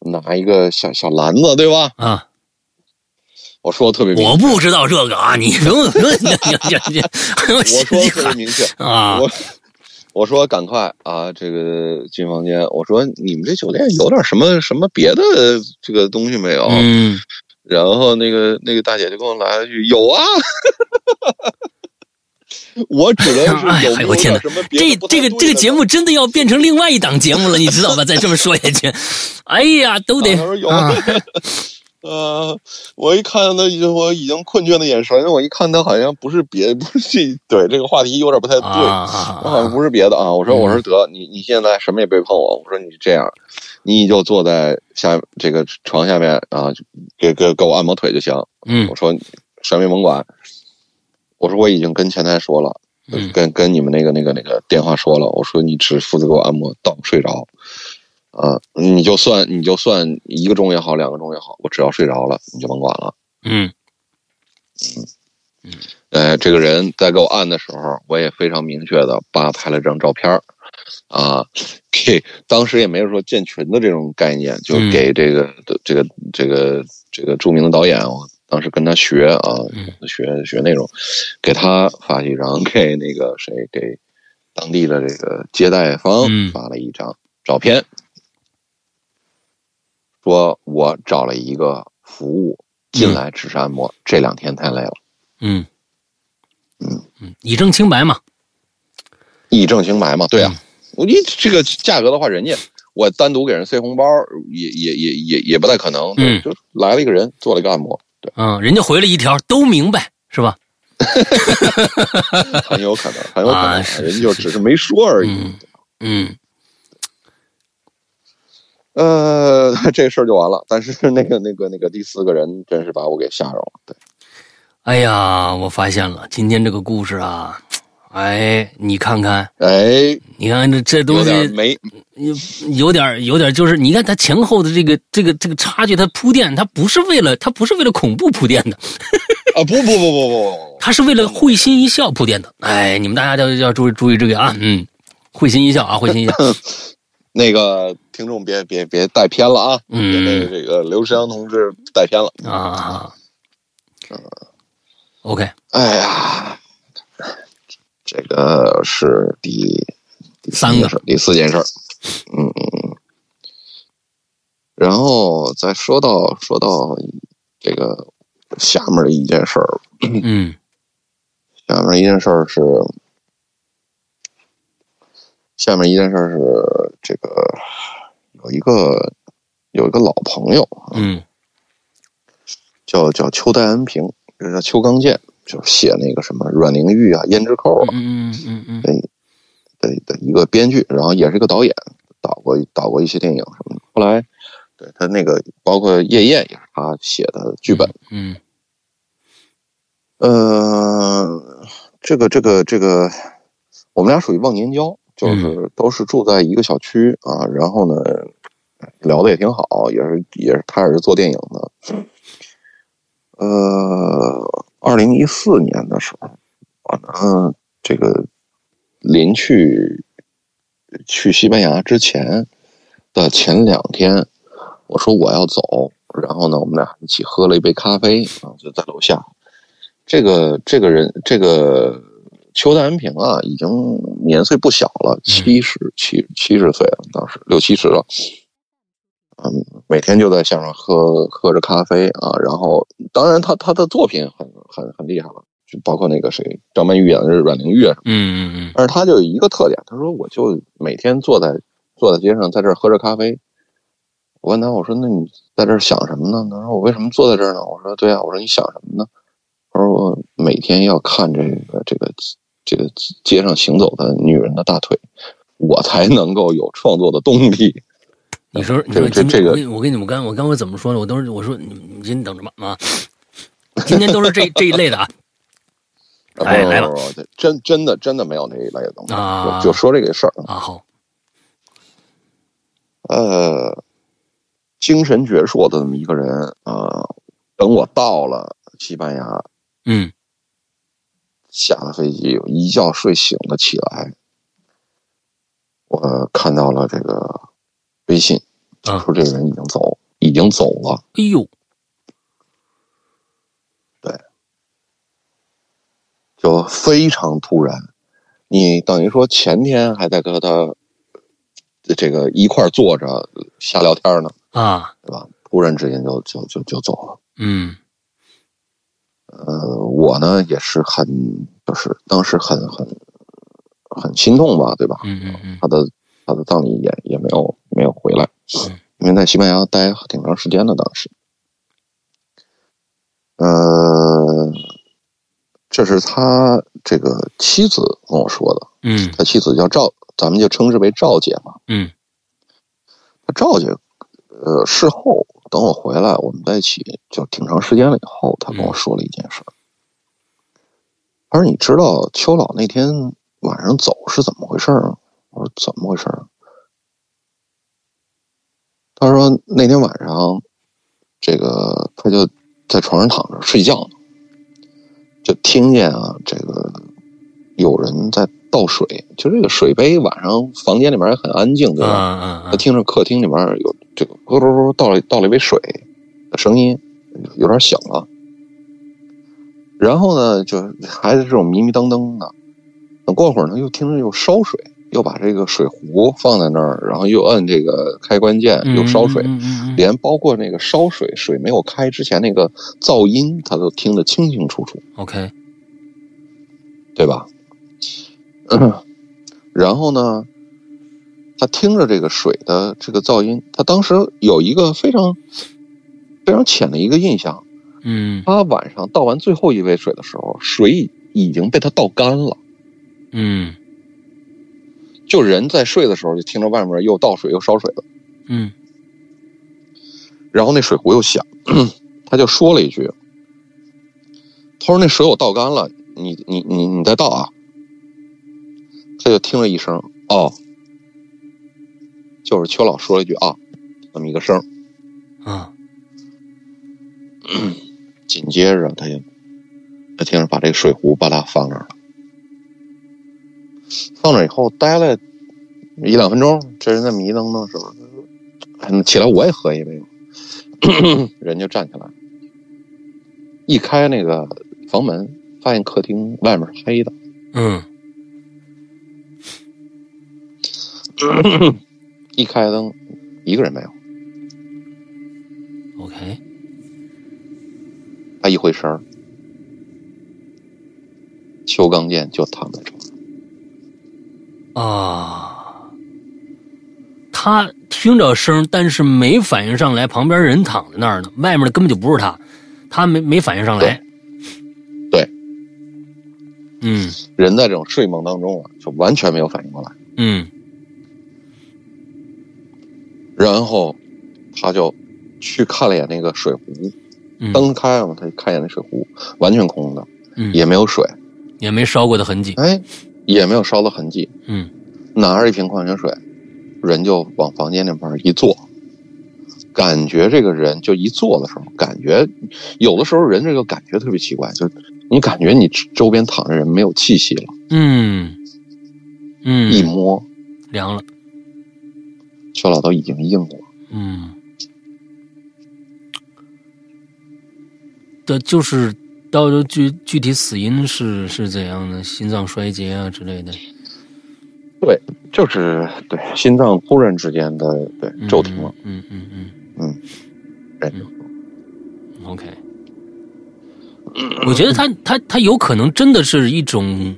B: 拿一个小小篮子，对吧？
A: 啊。
B: 我说的特别明，
A: 我不知道这个啊，你不用不用，你你你，我
B: 我说的
A: 心里
B: 特别
A: 喊
B: 明确，
A: 啊
B: 我我说赶快啊，这个进房间。我说你们这酒店有点什么什么别的这个东西没有？
A: 嗯，
B: 然后那个那个大姐就跟我来了一句：“有啊。” 我指的是
A: 哎
B: 有
A: 哎
B: 没
A: 我
B: 有
A: 天哪
B: 点什么别
A: 这
B: 的不太
A: 这个
B: 对
A: 这个
B: 的
A: 节目真的要变成另外一档节目了，你知道吧？再这么说下 去，哎呀，都得
B: 啊他说有
A: 啊，
B: 呃，我一看他已经，我已经困倦的眼神，我一看他好像不是别，不是这对这个话题有点不 太对，
A: 啊
B: 我好像
A: 啊
B: 不是别的啊。我说
A: 嗯
B: 我说得你你现在什么也别碰我，我说你这样，你就坐在下这个床下面啊，给给给我按摩腿就行。
A: 嗯
B: 我说你什么也甭管，我说我已经跟前台说了，
A: 嗯
B: 呃跟跟你们那个那个那个电话说了，我说你只负责给我按摩到我睡着。啊，你就算你就算一个钟也好，两个钟也好，我只要睡着了，你就甭管了。
A: 嗯
B: 呃，这个人在给我按的时候，我也非常明确的帮他拍了张照片儿啊，给当时也没有说建群的这种概念，就
A: 嗯
B: 给这个、这个这个这个著名的导演，我当时跟他学啊，
A: 嗯
B: 学学内容，给他发一张，给那个谁给当地的这个接待方
A: 嗯
B: 发了一张照片，说我找了一个服务进来只是按摩，这两天太累了。
A: 嗯嗯，以证清白嘛，
B: 以正清白嘛，对啊，我你这个价格的话，人家我单独给人塞红包也也也也也不太可能，对
A: 嗯
B: 就来了一个人做了一个按 摩，对，
A: 嗯，人家回了一条都明白是吧？
B: 很有可能，很有可
A: 啊
B: 能，
A: 是
B: 人
A: 是
B: 家就是只是没说而已。
A: 嗯嗯
B: 呃， 这事儿就完了。但是那个那个那个第四个人真是把我给吓着了，对，
A: 哎呀，我发现了今天这个故事啊，哎，你看看，
B: 哎，
A: 你看这这东
B: 有
A: 西
B: 点没
A: 有有点儿有点儿就是，你看它前后的这个这个这个差距，它铺垫，它不是为了它不是为了恐怖铺垫的，
B: 啊，不不不不不不，
A: 它是为了会心一笑铺垫的。哎，你们大家要要注意注意这个啊，嗯，会心一笑啊，会心一笑。
B: 那个听众别别别带偏了啊，
A: 嗯
B: 别被这个刘诗阳同志带偏了。
A: 啊。OK，
B: 哎呀，这个是第第四
A: 三个
B: 件事，第四件事，嗯嗯嗯。然后再说到说到这个下面的一件事儿，
A: 嗯
B: 下面一件事儿是，下面一件事儿是这个有一个有一个老朋友
A: 嗯
B: 叫叫邱戴安平，这叫邱刚健，就是写那个什么阮玲玉啊、胭脂扣啊
A: 嗯，嗯嗯嗯
B: 的的一个编剧，然后也是一个导演，导过导过一些电影什么的。后来，对他那个包括《夜宴》也是他写的剧本。
A: 嗯
B: 呃，这个这个这个，我们俩属于忘年交，就是都是住在一个小区啊，然后呢聊的也挺好，也是也是他也是做电影的。呃，二零一四年的时候，我呢这个临去去西班牙之前的前两天，我说我要走，然后呢，我们俩一起喝了一杯咖啡啊，就在楼下。这个这个人，这个邱丹平啊，已经年岁不小了，七十七七十岁了，当时六七十了。嗯，每天就在线上喝喝着咖啡啊，然后当然他他的作品很很很厉害了，就包括那个谁张曼玉演的阮玲玉啊什么的
A: 嗯嗯
B: 但是他就有一个特点，他说我就每天坐在坐在街上，在这儿喝着咖啡。我问他，我说那你在这儿想什么呢？他说我为什么坐在这儿呢？我说对啊，我说你想什么呢？他说我每天要看这个这个这个街上行走的女人的大腿，我才能够有创作的动力。
A: 你说你
B: 这
A: 说
B: 个这
A: 今
B: 这
A: 天
B: 个
A: 我跟我跟你们刚我刚我怎么说呢？我都是我说你你今天等着吧啊！今天都是这这一类的啊，
B: 啊
A: 哎
B: 不
A: 来吧
B: 不不不，真真的真的没有那一类的东西，
A: 啊
B: 就就说这个事儿。
A: 啊好，
B: 呃，精神矍铄的这么一个人啊、等我到了西班牙，
A: 嗯
B: 下了飞机，我一觉睡醒了起来，我看到了这个微信，
A: 啊
B: 说这个人已经走，已经走了。
A: 哎呦，
B: 就非常突然。你等于说前天还在跟他呃这个一块儿坐着瞎聊天呢，
A: 啊
B: 对吧？突然之间就就就就走了。
A: 嗯
B: 呃，我呢也是很，就是当时很很很心痛吧，对吧？
A: 嗯嗯嗯
B: 他的他的葬礼也也没有没有回来
A: 嗯，
B: 因为在西班牙待挺长时间的，当时。呃，这是他这个妻子跟我说的，
A: 嗯
B: 他妻子叫赵，咱们就称之为赵姐吧。
A: 嗯
B: 他赵姐，呃，事后等我回来，我们在一起就挺长时间了以后，他跟我说了一件事儿。他说：“你知道邱老那天晚上走是怎么回事儿吗？”我说：“怎么回事儿啊？”他说：“那天晚上，这个他就在床上躺着睡觉呢，就听见啊，这个有人在倒水，就这个水杯晚上房间里面也很安 静，对
A: 啊
B: 吧？
A: 啊啊
B: 他听着客厅里面有这个咕噜噜倒了倒了一杯水的声音，有点响了。然后呢，就还是这种迷迷瞪瞪的。等过会儿呢，又听着又烧水，又把这个水壶放在那儿，然后又摁这个开关键，
A: 嗯
B: 又烧水，
A: 嗯嗯嗯嗯
B: 连包括那个烧水水没有开之前那个噪音，他都听得清清楚楚。
A: ，OK，
B: 对吧？ 然后呢，他听着这个水的这个噪音，他当时有一个非常非常浅的一个印象，
A: 嗯
B: 他晚上倒完最后一杯水的时候，水已已经被他倒干了。
A: 嗯
B: 就人在睡的时候，就听着外面又倒水又烧水的，
A: 嗯
B: 然后那水壶又响， 他就说了一句：“他说那水我倒干了，你你你你再倒啊。”他就听了一声“哦”，就是邱老说了一句“啊”，那么一个声儿。
A: 啊
B: 紧接着他就他听着把这个水壶把它放那儿了，放那儿以后待了一两分钟，这人在迷瞪的时候，他说哎起来我也喝一杯吧， 人就站起来，一开那个房门，发现客厅外面是黑的，
A: 嗯
B: 一开灯，一个人没有，
A: ，OK，
B: 他一回身儿，邱刚健就躺在床上，
A: 啊，他听着声，但是没反应上来，旁边人躺在那儿呢，外面的根本就不是他，他没没反应上来。
B: 对，
A: 嗯
B: 人在这种睡梦当中啊，就完全没有反应过来。
A: 嗯
B: 然后他就去看了一眼那个水壶，
A: 嗯，
B: 灯开了嘛，他就看一眼那水壶，完全空的，
A: 嗯
B: 也没有水，
A: 也没烧过的痕迹。
B: 哎，也没有烧的痕迹。
A: 嗯
B: 拿着一瓶矿泉水，人就往房间那边一坐，感觉这个人就一坐的时候，感觉有的时候人这个感觉特别奇怪，就你感觉你周边躺着人没有气息了，
A: 嗯
B: 一
A: 嗯，
B: 摸
A: 凉了。
B: 缺老头已经硬了。
A: 嗯，的就是到时候具具体死因是是怎样的，心脏衰竭啊之类的。
B: 对，就是对心脏突然之间的对
A: 嗯
B: 骤停了，。
A: 嗯嗯嗯
B: 人
A: 嗯，OK。我嗯觉得他他他有可能真的是一种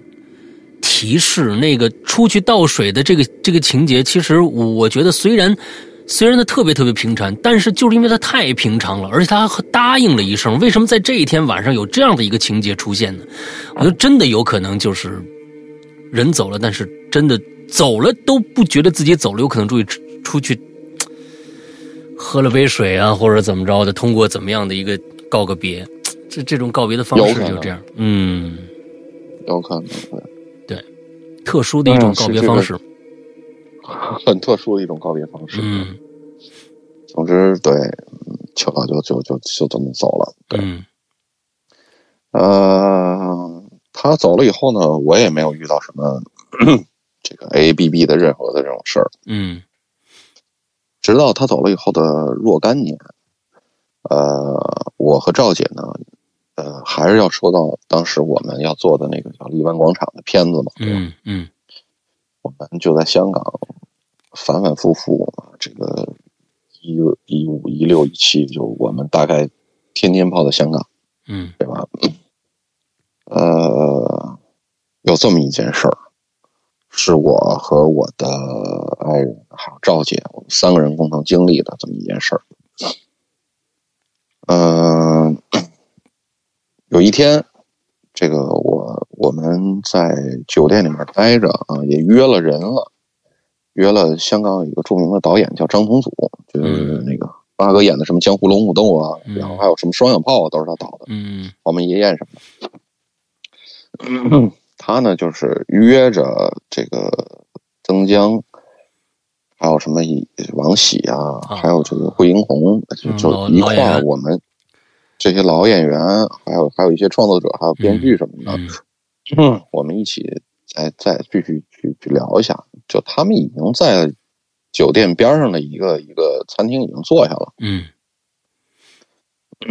A: 提示，那个出去倒水的这个这个情节，其实我我觉得虽然虽然它特别特别平常，但是就是因为它太平常了，而且他答应了一声，为什么在这一天晚上有这样的一个情节出现呢？我觉得真的有可能就是人走了，但是真的走了都不觉得自己走了，有可能出去出去喝了杯水啊，或者怎么着的，通过怎么样的一个告个别，这这种告别的方
B: 有
A: 式
B: 可能
A: 就这样，嗯，
B: 有可能对
A: 特殊的一种
B: 嗯
A: 告
B: 是
A: 别
B: 这
A: 方
B: 个
A: 式，
B: 很特殊的一种告别方式。
A: 嗯
B: 总之对，嗯邱老就就就就这么走了。对，
A: 嗯
B: 呃，他走了以后呢，我也没有遇到什么这个 A A B B 的任何的这种事儿，
A: 嗯
B: 直到他走了以后的若干年，呃，我和赵姐呢，呃，还是要说到当时我们要做的那个叫《荔湾广场》的片子嘛，对吧
A: 嗯嗯
B: 我们就在香港反反复复，啊这个一一五一六一七，就我们大概天天泡在香港，
A: 嗯
B: 对吧？呃，有这么一件事儿，是我和我的爱人还有赵姐，我们三个人共同经历的这么一件事儿。呃，有一天，这个我我们在酒店里面待着啊，也约了人了，约了香港有一个著名的导演叫张同祖，就是
A: 嗯
B: 那个八哥演的什么《江湖龙虎斗》啊，
A: 嗯
B: 然后还有什么《双响炮》啊，都是他导的。
A: 嗯
B: 我们夜宴什么 的。他呢，就是约着这个曾江，还有什么以王喜啊，
A: 啊
B: 还有这个惠英红，就
A: 嗯老
B: 就一
A: 老
B: 块
A: 演
B: 儿
A: 员
B: 我们这些老演员，还有还有一些创作者，还有编剧什么的，
A: 嗯
B: 嗯，我们一起再再继续去去聊一下。就他们已经在酒店边上的一个一个餐厅已经坐下了。
A: 嗯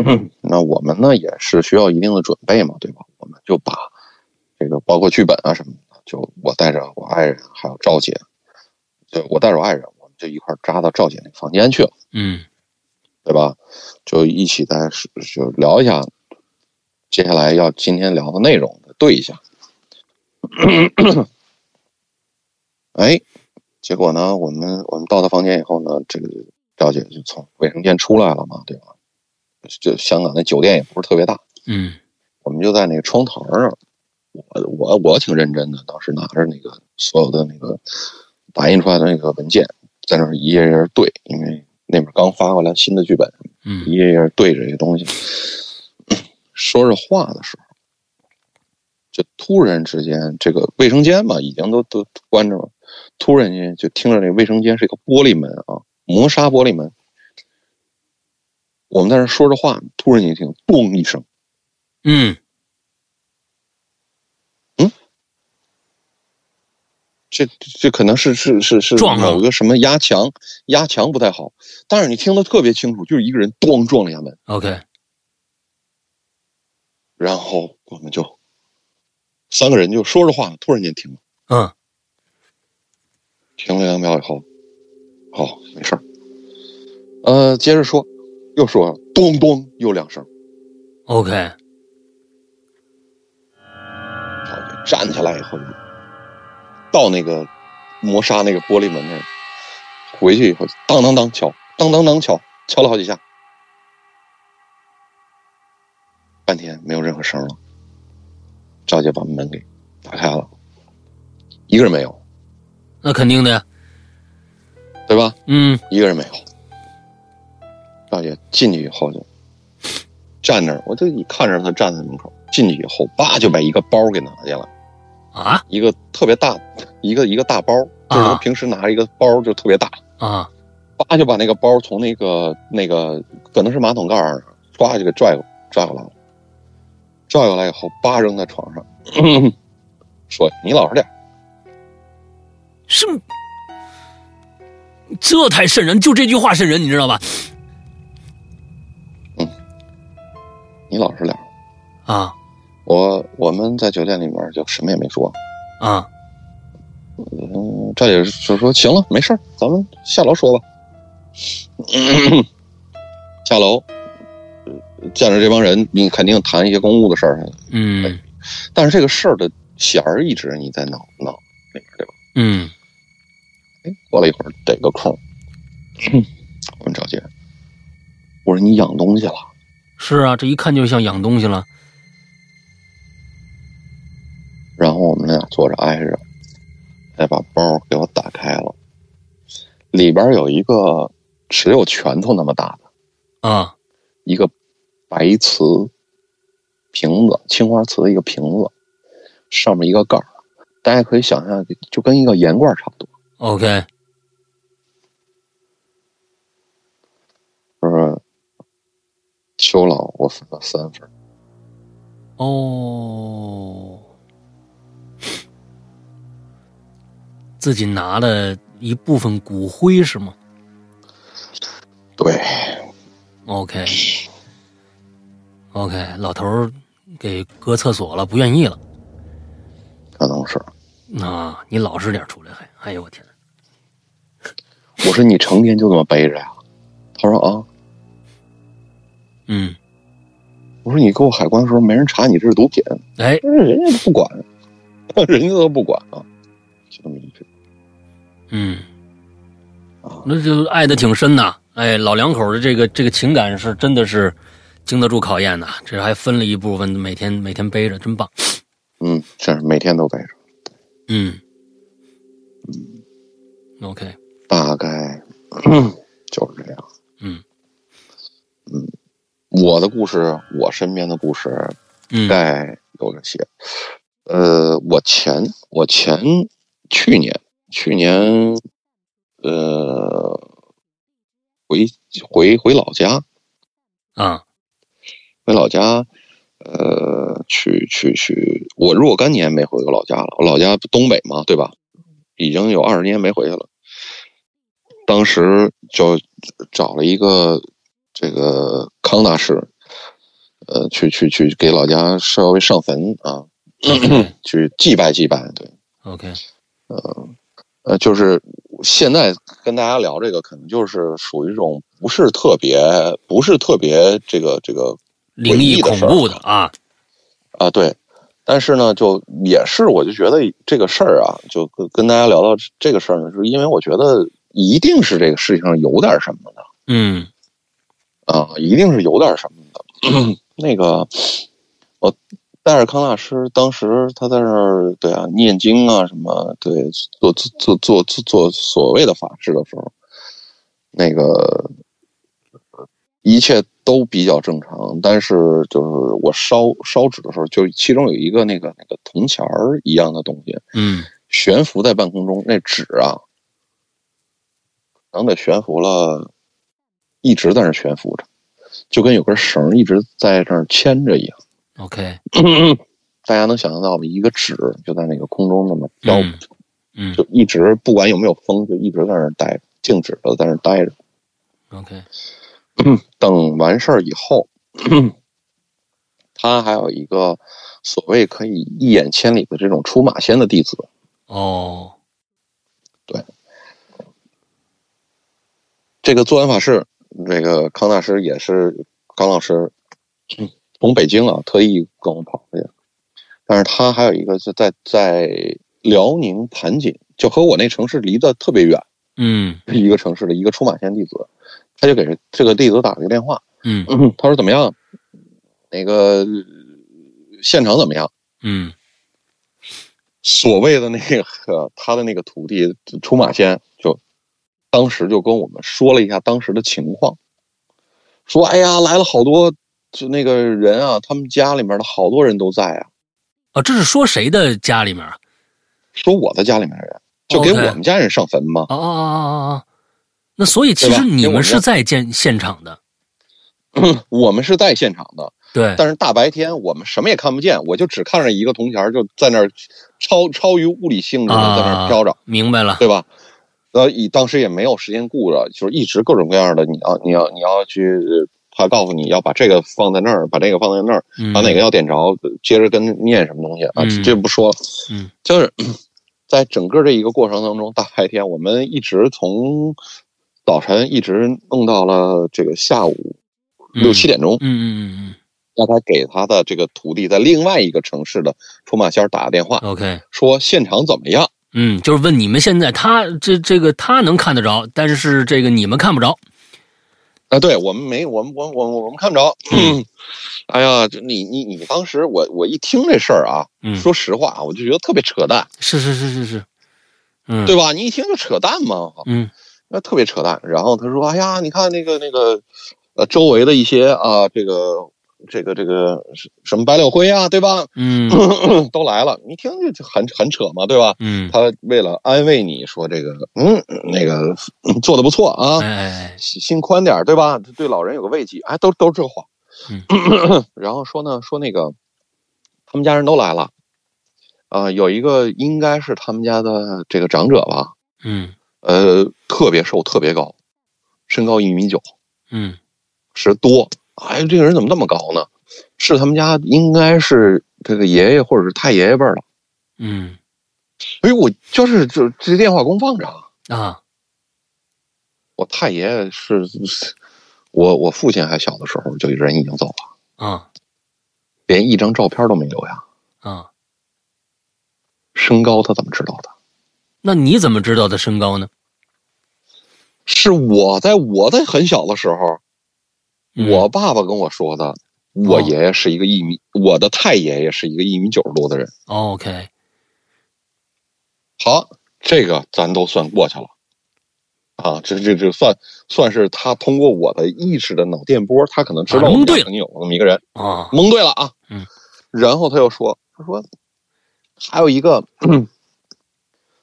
B: 嗯那我们呢也是需要一定的准备嘛，对吧？我们就把这个包括剧本啊什么的，就我带着我爱人还有赵姐，就我带着我爱人，我们就一块儿扎到赵姐那房间去了，
A: 嗯
B: 对吧？就一起在就聊一下接下来要今天聊的内容，对一下。哎，结果呢，我们我们到他房间以后呢，这个赵姐就从卫生间出来了嘛，对吧？就香港那酒店也不是特别大，
A: 嗯
B: 我们就在那个窗台上，我我我挺认真的，当时拿着那个所有的那个打印出来的那个文件，在那儿一页一页对，因为那边刚发过来新的剧本，
A: 嗯
B: 一页一页对着这些东西。 说着话的时候，就突然之间，这个卫生间嘛，已经都都都关着了，突然间就听着那卫生间是一个玻璃门啊，磨砂玻璃门。我们在那儿说着话，突然间听“咚”一声。
A: 嗯
B: 这这可能是是是是
A: 撞上了
B: 某个什么压墙，压墙不太好，但是你听得特别清楚，就是一个人咣撞了一下门，
A: ，OK，
B: 然后我们就三个人就说着话呢，突然间停了，
A: 嗯
B: 停了两秒以后，好，没事儿，呃，接着说，又说了咚咚又两声，
A: ，OK，
B: 好，站起来以后，到那个磨砂那个玻璃门那儿，回去以后当当当敲，当当当敲，敲了好几下，半天没有任何声了。赵姐把门给打开了，一个人没有，
A: 那肯定的呀，
B: 对吧？
A: 嗯
B: 一个人没有。赵姐进去以后就站那儿，我就一看着她站在门口，进去以后叭就把一个包给拿下来。
A: 啊
B: 一个特别大，一个一个大包，就是他
A: 啊
B: 平时拿一个包就特别大，
A: 啊
B: 叭、就把那个包从那个那个可能是马桶盖儿，唰就给拽过拽过来了，拽过来以后，叭扔在床上， 说你老实点儿，
A: 是这才瘆人，就这句话瘆人，你知道吧？
B: 你老实点儿。
A: 啊
B: 我我们在酒店里面就什么也没说，
A: 啊，
B: 嗯，赵姐就说行了，没事儿，咱们下楼说吧。 下楼，呃见着这帮人，你肯定谈一些公务的事儿，
A: 嗯
B: 但是这个事儿的弦儿一直你在脑脑里面，对吧？
A: 嗯
B: 哎，过了一会儿逮个空，我问赵姐，我说你养东西了？
A: 是啊，这一看就像养东西了。
B: 然后我们俩坐着挨着，再把包给我打开了，里边有一个只有拳头那么大的
A: 啊
B: 一个白瓷瓶子，青花瓷的一个瓶子，上面一个盖儿，大家可以想象，就跟一个盐罐差不多，
A: ，OK，
B: 就是秋老我分了三分，
A: 哦，自己拿了一部分骨灰是吗
B: 对，
A: ？OK OK，老头儿给搁厕所了，不愿意了。
B: 可能是。
A: 啊，你老实点儿出来还，哎呦我天，
B: 我说你成天就这么背着呀？他说啊，
A: 嗯，
B: 我说你给我海关的时候没人查你这是毒品，
A: 哎，
B: 但是人家都不管， 人家都不管啊，就这么一句
A: 嗯，
B: 啊。
A: 那就爱的挺深呐。哎，老两口的这个这个情感是真的是经得住考验呐。这还分了一部分，每天每天背着，真棒。
B: 嗯，是每天都背着，
A: 嗯，OK，
B: 大概嗯就是这样。嗯
A: 嗯
B: 我的故事，我身边的故事，
A: 嗯
B: 大概有这些。呃，我前我前去年去年，呃，回回回老家，
A: 啊
B: 回老家，呃，去去去，我若干年没回过老家了。我老家东北嘛，对吧？已经有二十年没回去了。当时就找了一个这个康大师，呃，去去去给老家稍微上坟啊，去祭拜祭拜。对，
A: ，OK，
B: 呃，就是现在跟大家聊这个，可能就是属于一种不是特别不是特别这个这个
A: 灵异恐怖的啊，
B: 啊，对。但是呢，就也是，我就觉得这个事儿啊，就跟跟大家聊到这个事儿呢，是因为我觉得一定是这个事情上有点什么的
A: 嗯
B: 啊，一定是有点什么的。 那个，我戴尔康大师当时他在那儿对啊念经啊什么，对做做做做做所谓的法事的时候，那个一切都比较正常，但是就是我烧烧纸的时候，就其中有一个那个那个铜钱儿一样的东西
A: 嗯
B: 悬浮在半空中，那纸啊，可能得悬浮了，一直在那儿悬浮着，就跟有根绳儿一直在那儿牵着一样。
A: ，OK，
B: 大家能想象到吗？一个纸就在那个空中那么飘，
A: 嗯嗯
B: 就一直不管有没有风，就一直在那儿待着，静止的在那儿待着。
A: ，OK，
B: 等完事儿以后，他还有一个所谓可以一眼千里的这种出马仙的弟子，
A: 哦，
B: 这个做完法事，这个康大师也是康老师从北京啊特意跟我跑过去，但是他还有一个是在在辽宁盘锦，就和我那城市离得特别远，
A: 嗯
B: 一个城市的一个出马仙弟子，他就给这个弟子打了个电话，
A: 嗯
B: 他说怎么样？那个呃现场怎么样？
A: 嗯
B: 所谓的那个他的那个徒弟 出马仙，就当时就跟我们说了一下当时的情况，说哎呀来了好多就那个人啊，他们家里面的好多人都在啊，
A: 啊，这是说谁的家里面啊？
B: 说我的家里面的人，就给
A: OK
B: 我们家人上坟嘛。
A: 哦哦哦哦哦，那所以其实你们是在现现场的，
B: 我们是在现场的，
A: 对，
B: 但是大白天我们什么也看不见，我就只看着一个铜钱儿就在那儿超超于物理性质的在那
A: 啊
B: 儿飘着，
A: 明白了，
B: 对吧？那以当时也没有时间顾着，就是一直各种各样的，你要你要你要去，他告诉你要把这个放在那儿，把这个放在那儿，
A: 嗯
B: 把哪个要点着，接着跟念什么东西啊，
A: 嗯
B: 这不说，
A: 嗯，
B: 就是 在整个这一个过程当中，大白天我们一直从早晨一直弄到了这个下午六七
A: 点，
B: 点钟，
A: 嗯嗯嗯嗯
B: 让他给他的这个徒弟在另外一个城市的出马仙儿打个电话，
A: ，OK，
B: 说现场怎么样。
A: 嗯，就是问你们现在他这这个他能看得着，但是这个你们看不着，
B: 啊，对我们没，我们我我我们看不着。
A: 嗯
B: 哎呀，这你你你当时我我一听这事儿啊，
A: 嗯
B: 说实话，我就觉得特别扯淡，
A: 是是是是是，嗯，
B: 对吧？你一听就扯淡嘛，
A: 嗯
B: 那特别扯淡。然后他说：“哎呀，你看那个那个，呃，周围的一些啊，这个这个这个什么白柳灰啊，对吧？
A: 嗯
B: 都来了，你一听就就很很扯嘛，对吧？
A: 嗯，
B: 他为了安慰你说这个，嗯，那个嗯做的不错啊，
A: 哎哎，
B: 心心宽点儿，对吧？对老人有个慰藉，哎，都都是这话。
A: 嗯
B: 然后说呢，说那个他们家人都来了，啊，有一个应该是他们家的这个长者吧，
A: 嗯
B: 呃，特别瘦，特别高，身高一米九
A: 嗯
B: 十多，哎，这个人怎么那么高呢？是他们家应该是这个爷爷或者是太爷爷辈儿了。
A: 嗯
B: 哎，我就是就这电话公放着啊，
A: 啊，
B: 我太爷爷是，是我我父亲还小的时候就人已经走了。
A: 啊
B: 连一张照片都没留呀。
A: 啊，
B: 身高他怎么知道的？
A: 那你怎么知道他身高呢？
B: 是我在我在很小的时候，
A: 嗯哦
B: 我爸爸跟我说的。我爷爷是一个一米，我的太爷爷是一个一米九十多的人。
A: OK，
B: 好，这个咱都算过去了，啊，这这这算算是他通过我的意识的脑电波，他可能知道
A: 啊
B: 我
A: 蒙
B: 们
A: 对
B: 家
A: 了
B: 曾经有过那么一个人，
A: 啊，
B: 蒙对了啊。
A: 嗯，
B: 然后他又说，他说还有一个，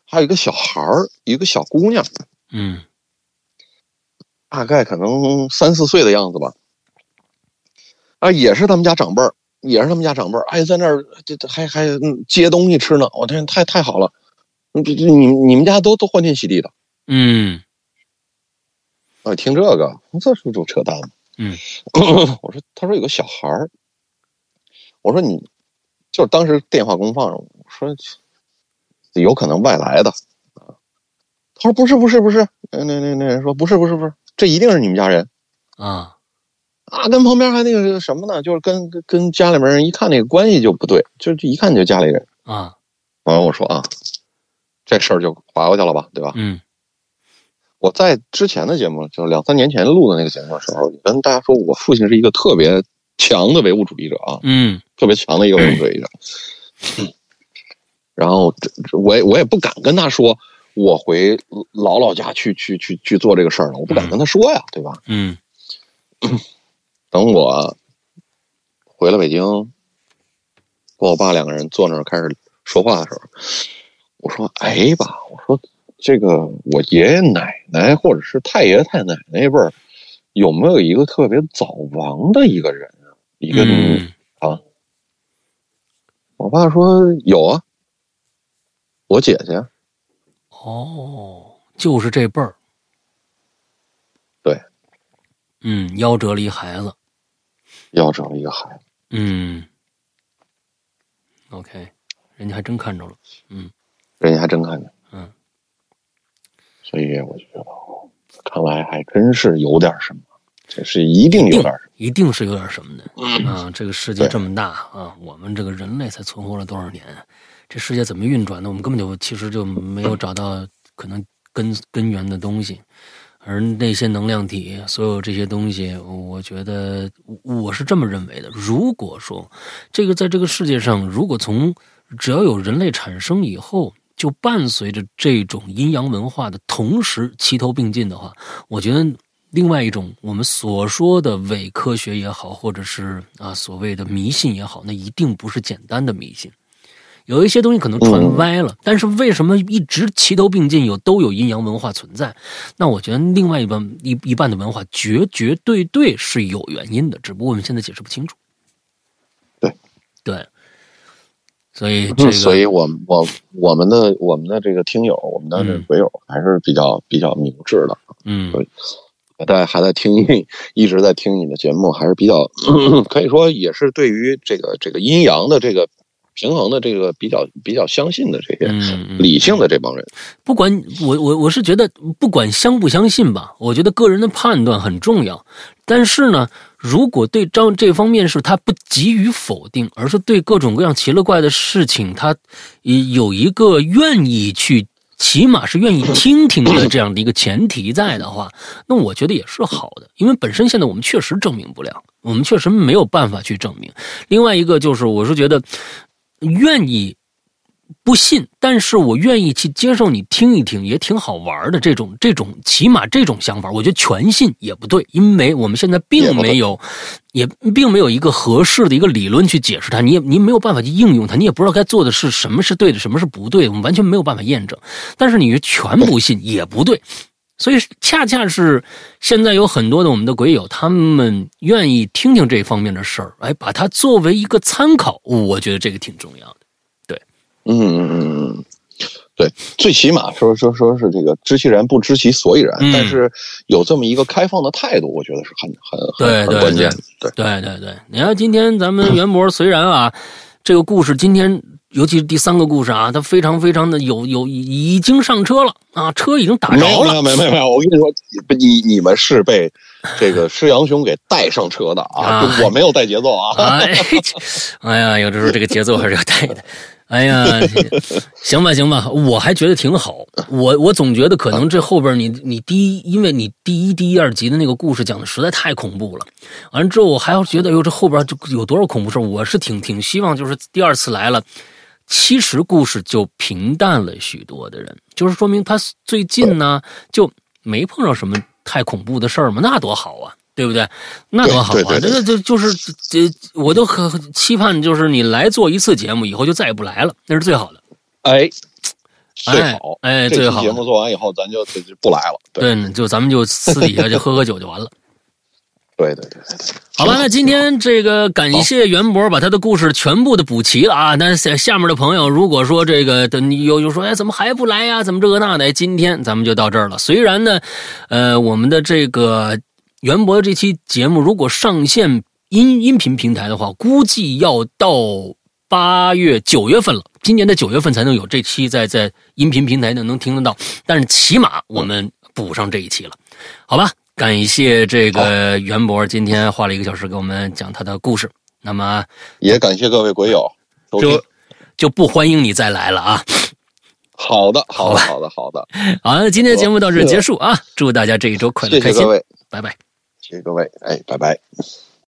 B: 还有一个小孩儿，一个小姑娘，
A: 嗯
B: 大概可能三四岁的样子吧。啊，也是他们家长辈儿，也是他们家长辈儿。哎，在那儿这这还还嗯接东西吃呢，我天，太太好了！嗯这这你们你们家都都欢天喜地的。
A: 嗯
B: 啊，听这个，这是不是扯淡吗？
A: 嗯，
B: 我说，他说有个小孩儿，我说你，就是当时电话公放上，我说有可能外来的啊。他说不是不是不是，那那那那人说不是不是不是，这一定是你们家人。
A: 啊
B: 啊，跟旁边还那个什么呢，就是跟跟跟家里面人一看那个关系就不对，就就一看就家里人。
A: 啊，
B: 完了我说啊，这事儿就划过去了吧，对吧？
A: 嗯
B: 我在之前的节目，就是两三年前录的那个节目的时候，跟大家说我父亲是一个特别强的唯物主义者啊，
A: 嗯
B: 特别强的一个唯物主义者。然后这这我也我也不敢跟他说，我回姥姥家去去去去做这个事儿了，我不敢跟他说呀，对吧？
A: 嗯
B: 等我回了北京，跟我爸两个人坐那儿开始说话的时候，我说：“哎吧，我说这个我爷爷奶奶或者是太爷爷太奶奶那辈儿，有没有一个特别早亡的一个人啊？一个、
A: 嗯
B: 我爸说有啊，我姐姐。
A: 哦，就是这辈儿，
B: 对，
A: 嗯，夭折了一孩子，
B: 要找一个孩子，
A: 嗯，OK，人家还真看着了，
B: 人家还真看见。
A: 嗯，
B: 所以我就觉得，哦看来还真是有点什么，这是一定有点什么。
A: 一定是有点什么的
B: 嗯
A: 啊！这个世界这么大啊，我们这个人类才存活了多少年？这世界怎么运转的？我们根本就其实就没有找到可能根根源的东西，而那些能量体，所有这些东西，我觉得我是这么认为的。如果说这个在这个世界上，如果从只要有人类产生以后，就伴随着这种阴阳文化的同时齐头并进的话，我觉得另外一种我们所说的伪科学也好，或者是啊所谓的迷信也好，那一定不是简单的迷信。有一些东西可能传歪了，但是为什么一直齐头并进有都有阴阳文化存在？那我觉得另外一半一一半的文化绝绝对对是有原因的，只不过我们现在解释不清楚。
B: 对
A: 对，所以这个，
B: 嗯所以我们我我们的我们的这个听友，我们的这个鬼友还是比较、比较明智的，
A: 嗯
B: 还在还在听一一直在听你的节目，还是比较 可以说也是对于这个这个阴阳的这个平衡的这个比较比较相信的这些
A: 嗯，嗯
B: 理性的这帮人。
A: 不管我我我是觉得，不管相不相信吧，我觉得个人的判断很重要。但是呢，如果对张这方面是他不急于否定，而是对各种各样奇了怪的事情，他呃有一个愿意去，起码是愿意听听的这样的一个前提在的话，那我觉得也是好的，因为本身现在我们确实证明不了，我们确实没有办法去证明。另外一个就是，我是觉得愿意不信，但是我愿意去接受你听一听，也挺好玩的。这种这种，起码这种想法，我觉得全信也不对，因为我们现在并没有，也并没有一个合适的一个理论去解释它，你也你没有办法去应用它，你也不知道该做的是什么是对的，什么是不对的，我们完全没有办法验证。但是你全不信也不对。所以，恰恰是现在有很多的我们的鬼友，他们愿意听听这方面的事儿，哎，把它作为一个参考，我觉得这个挺重要的。
B: 嗯嗯嗯嗯，对，最起码说说说是这个知其然不知其所以然，
A: 嗯
B: 但是有这么一个开放的态度，我觉得是很很
A: 对
B: 很
A: 对
B: 很关键的。
A: 对
B: 对，
A: 对对，你看今天咱们袁博虽然啊，这个故事今天尤其是第三个故事啊，他非常非常的有有已经上车了啊，车已经打
B: 没
A: 着
B: 有没
A: 了，
B: 有没有没有没有，我跟你说，你你们是被这个施阳兄给带上车的啊，
A: 啊
B: 我没有带节奏啊。
A: 哎，哎呀，有的时候这个节奏还是要带的。哎呀，行吧，行吧，我还觉得挺好。我我总觉得可能这后边你你第一，因为你第一第一二集的那个故事讲的实在太恐怖了，完了之后我还要觉得，哎哟，这后边就有多少恐怖事儿我是挺挺希望，就是第二次来了，其实故事就平淡了许多的人，就是说明他最近呢就没碰到什么太恐怖的事儿嘛，那多好啊，对不对？那多好啊！
B: 对对对
A: 这这就是这，我都很很期盼，就是你来做一次节目，以后就再也不来了，那是最好的。
B: 哎，最好，
A: 哎哎
B: 这
A: 最
B: 期
A: 好
B: 节目做完以后，咱就就就不来了。对
A: 对，就咱们就私底下就喝喝酒就完了。
B: 对对对，
A: 好吧，那今天这个感谢袁博把他的故事全部的补齐了啊。那下下面的朋友，如果说这个等你有有说哎怎么还不来呀、怎么这个那的，哎今天咱们就到这儿了。虽然呢，呃，我们的这个袁博这期节目如果上线音音频平台的话，估计要到八月九月份了，今年的九月份才能有这期在在音频平台呢能听得到。但是起码我们补上这一期了。好吧，感谢这个袁博今天花了一个小时给我们讲他的故事。那么
B: 也感谢各位鬼友收听
A: 就。就不欢迎你再来了啊！
B: 好的，好的，好的，好的，
A: 好，那今天的节目到这儿结束啊！祝大家这一周快乐
B: 谢
A: 开
B: 谢
A: 心
B: 各，位，
A: 拜拜。
B: 谢谢各位，哎，拜拜。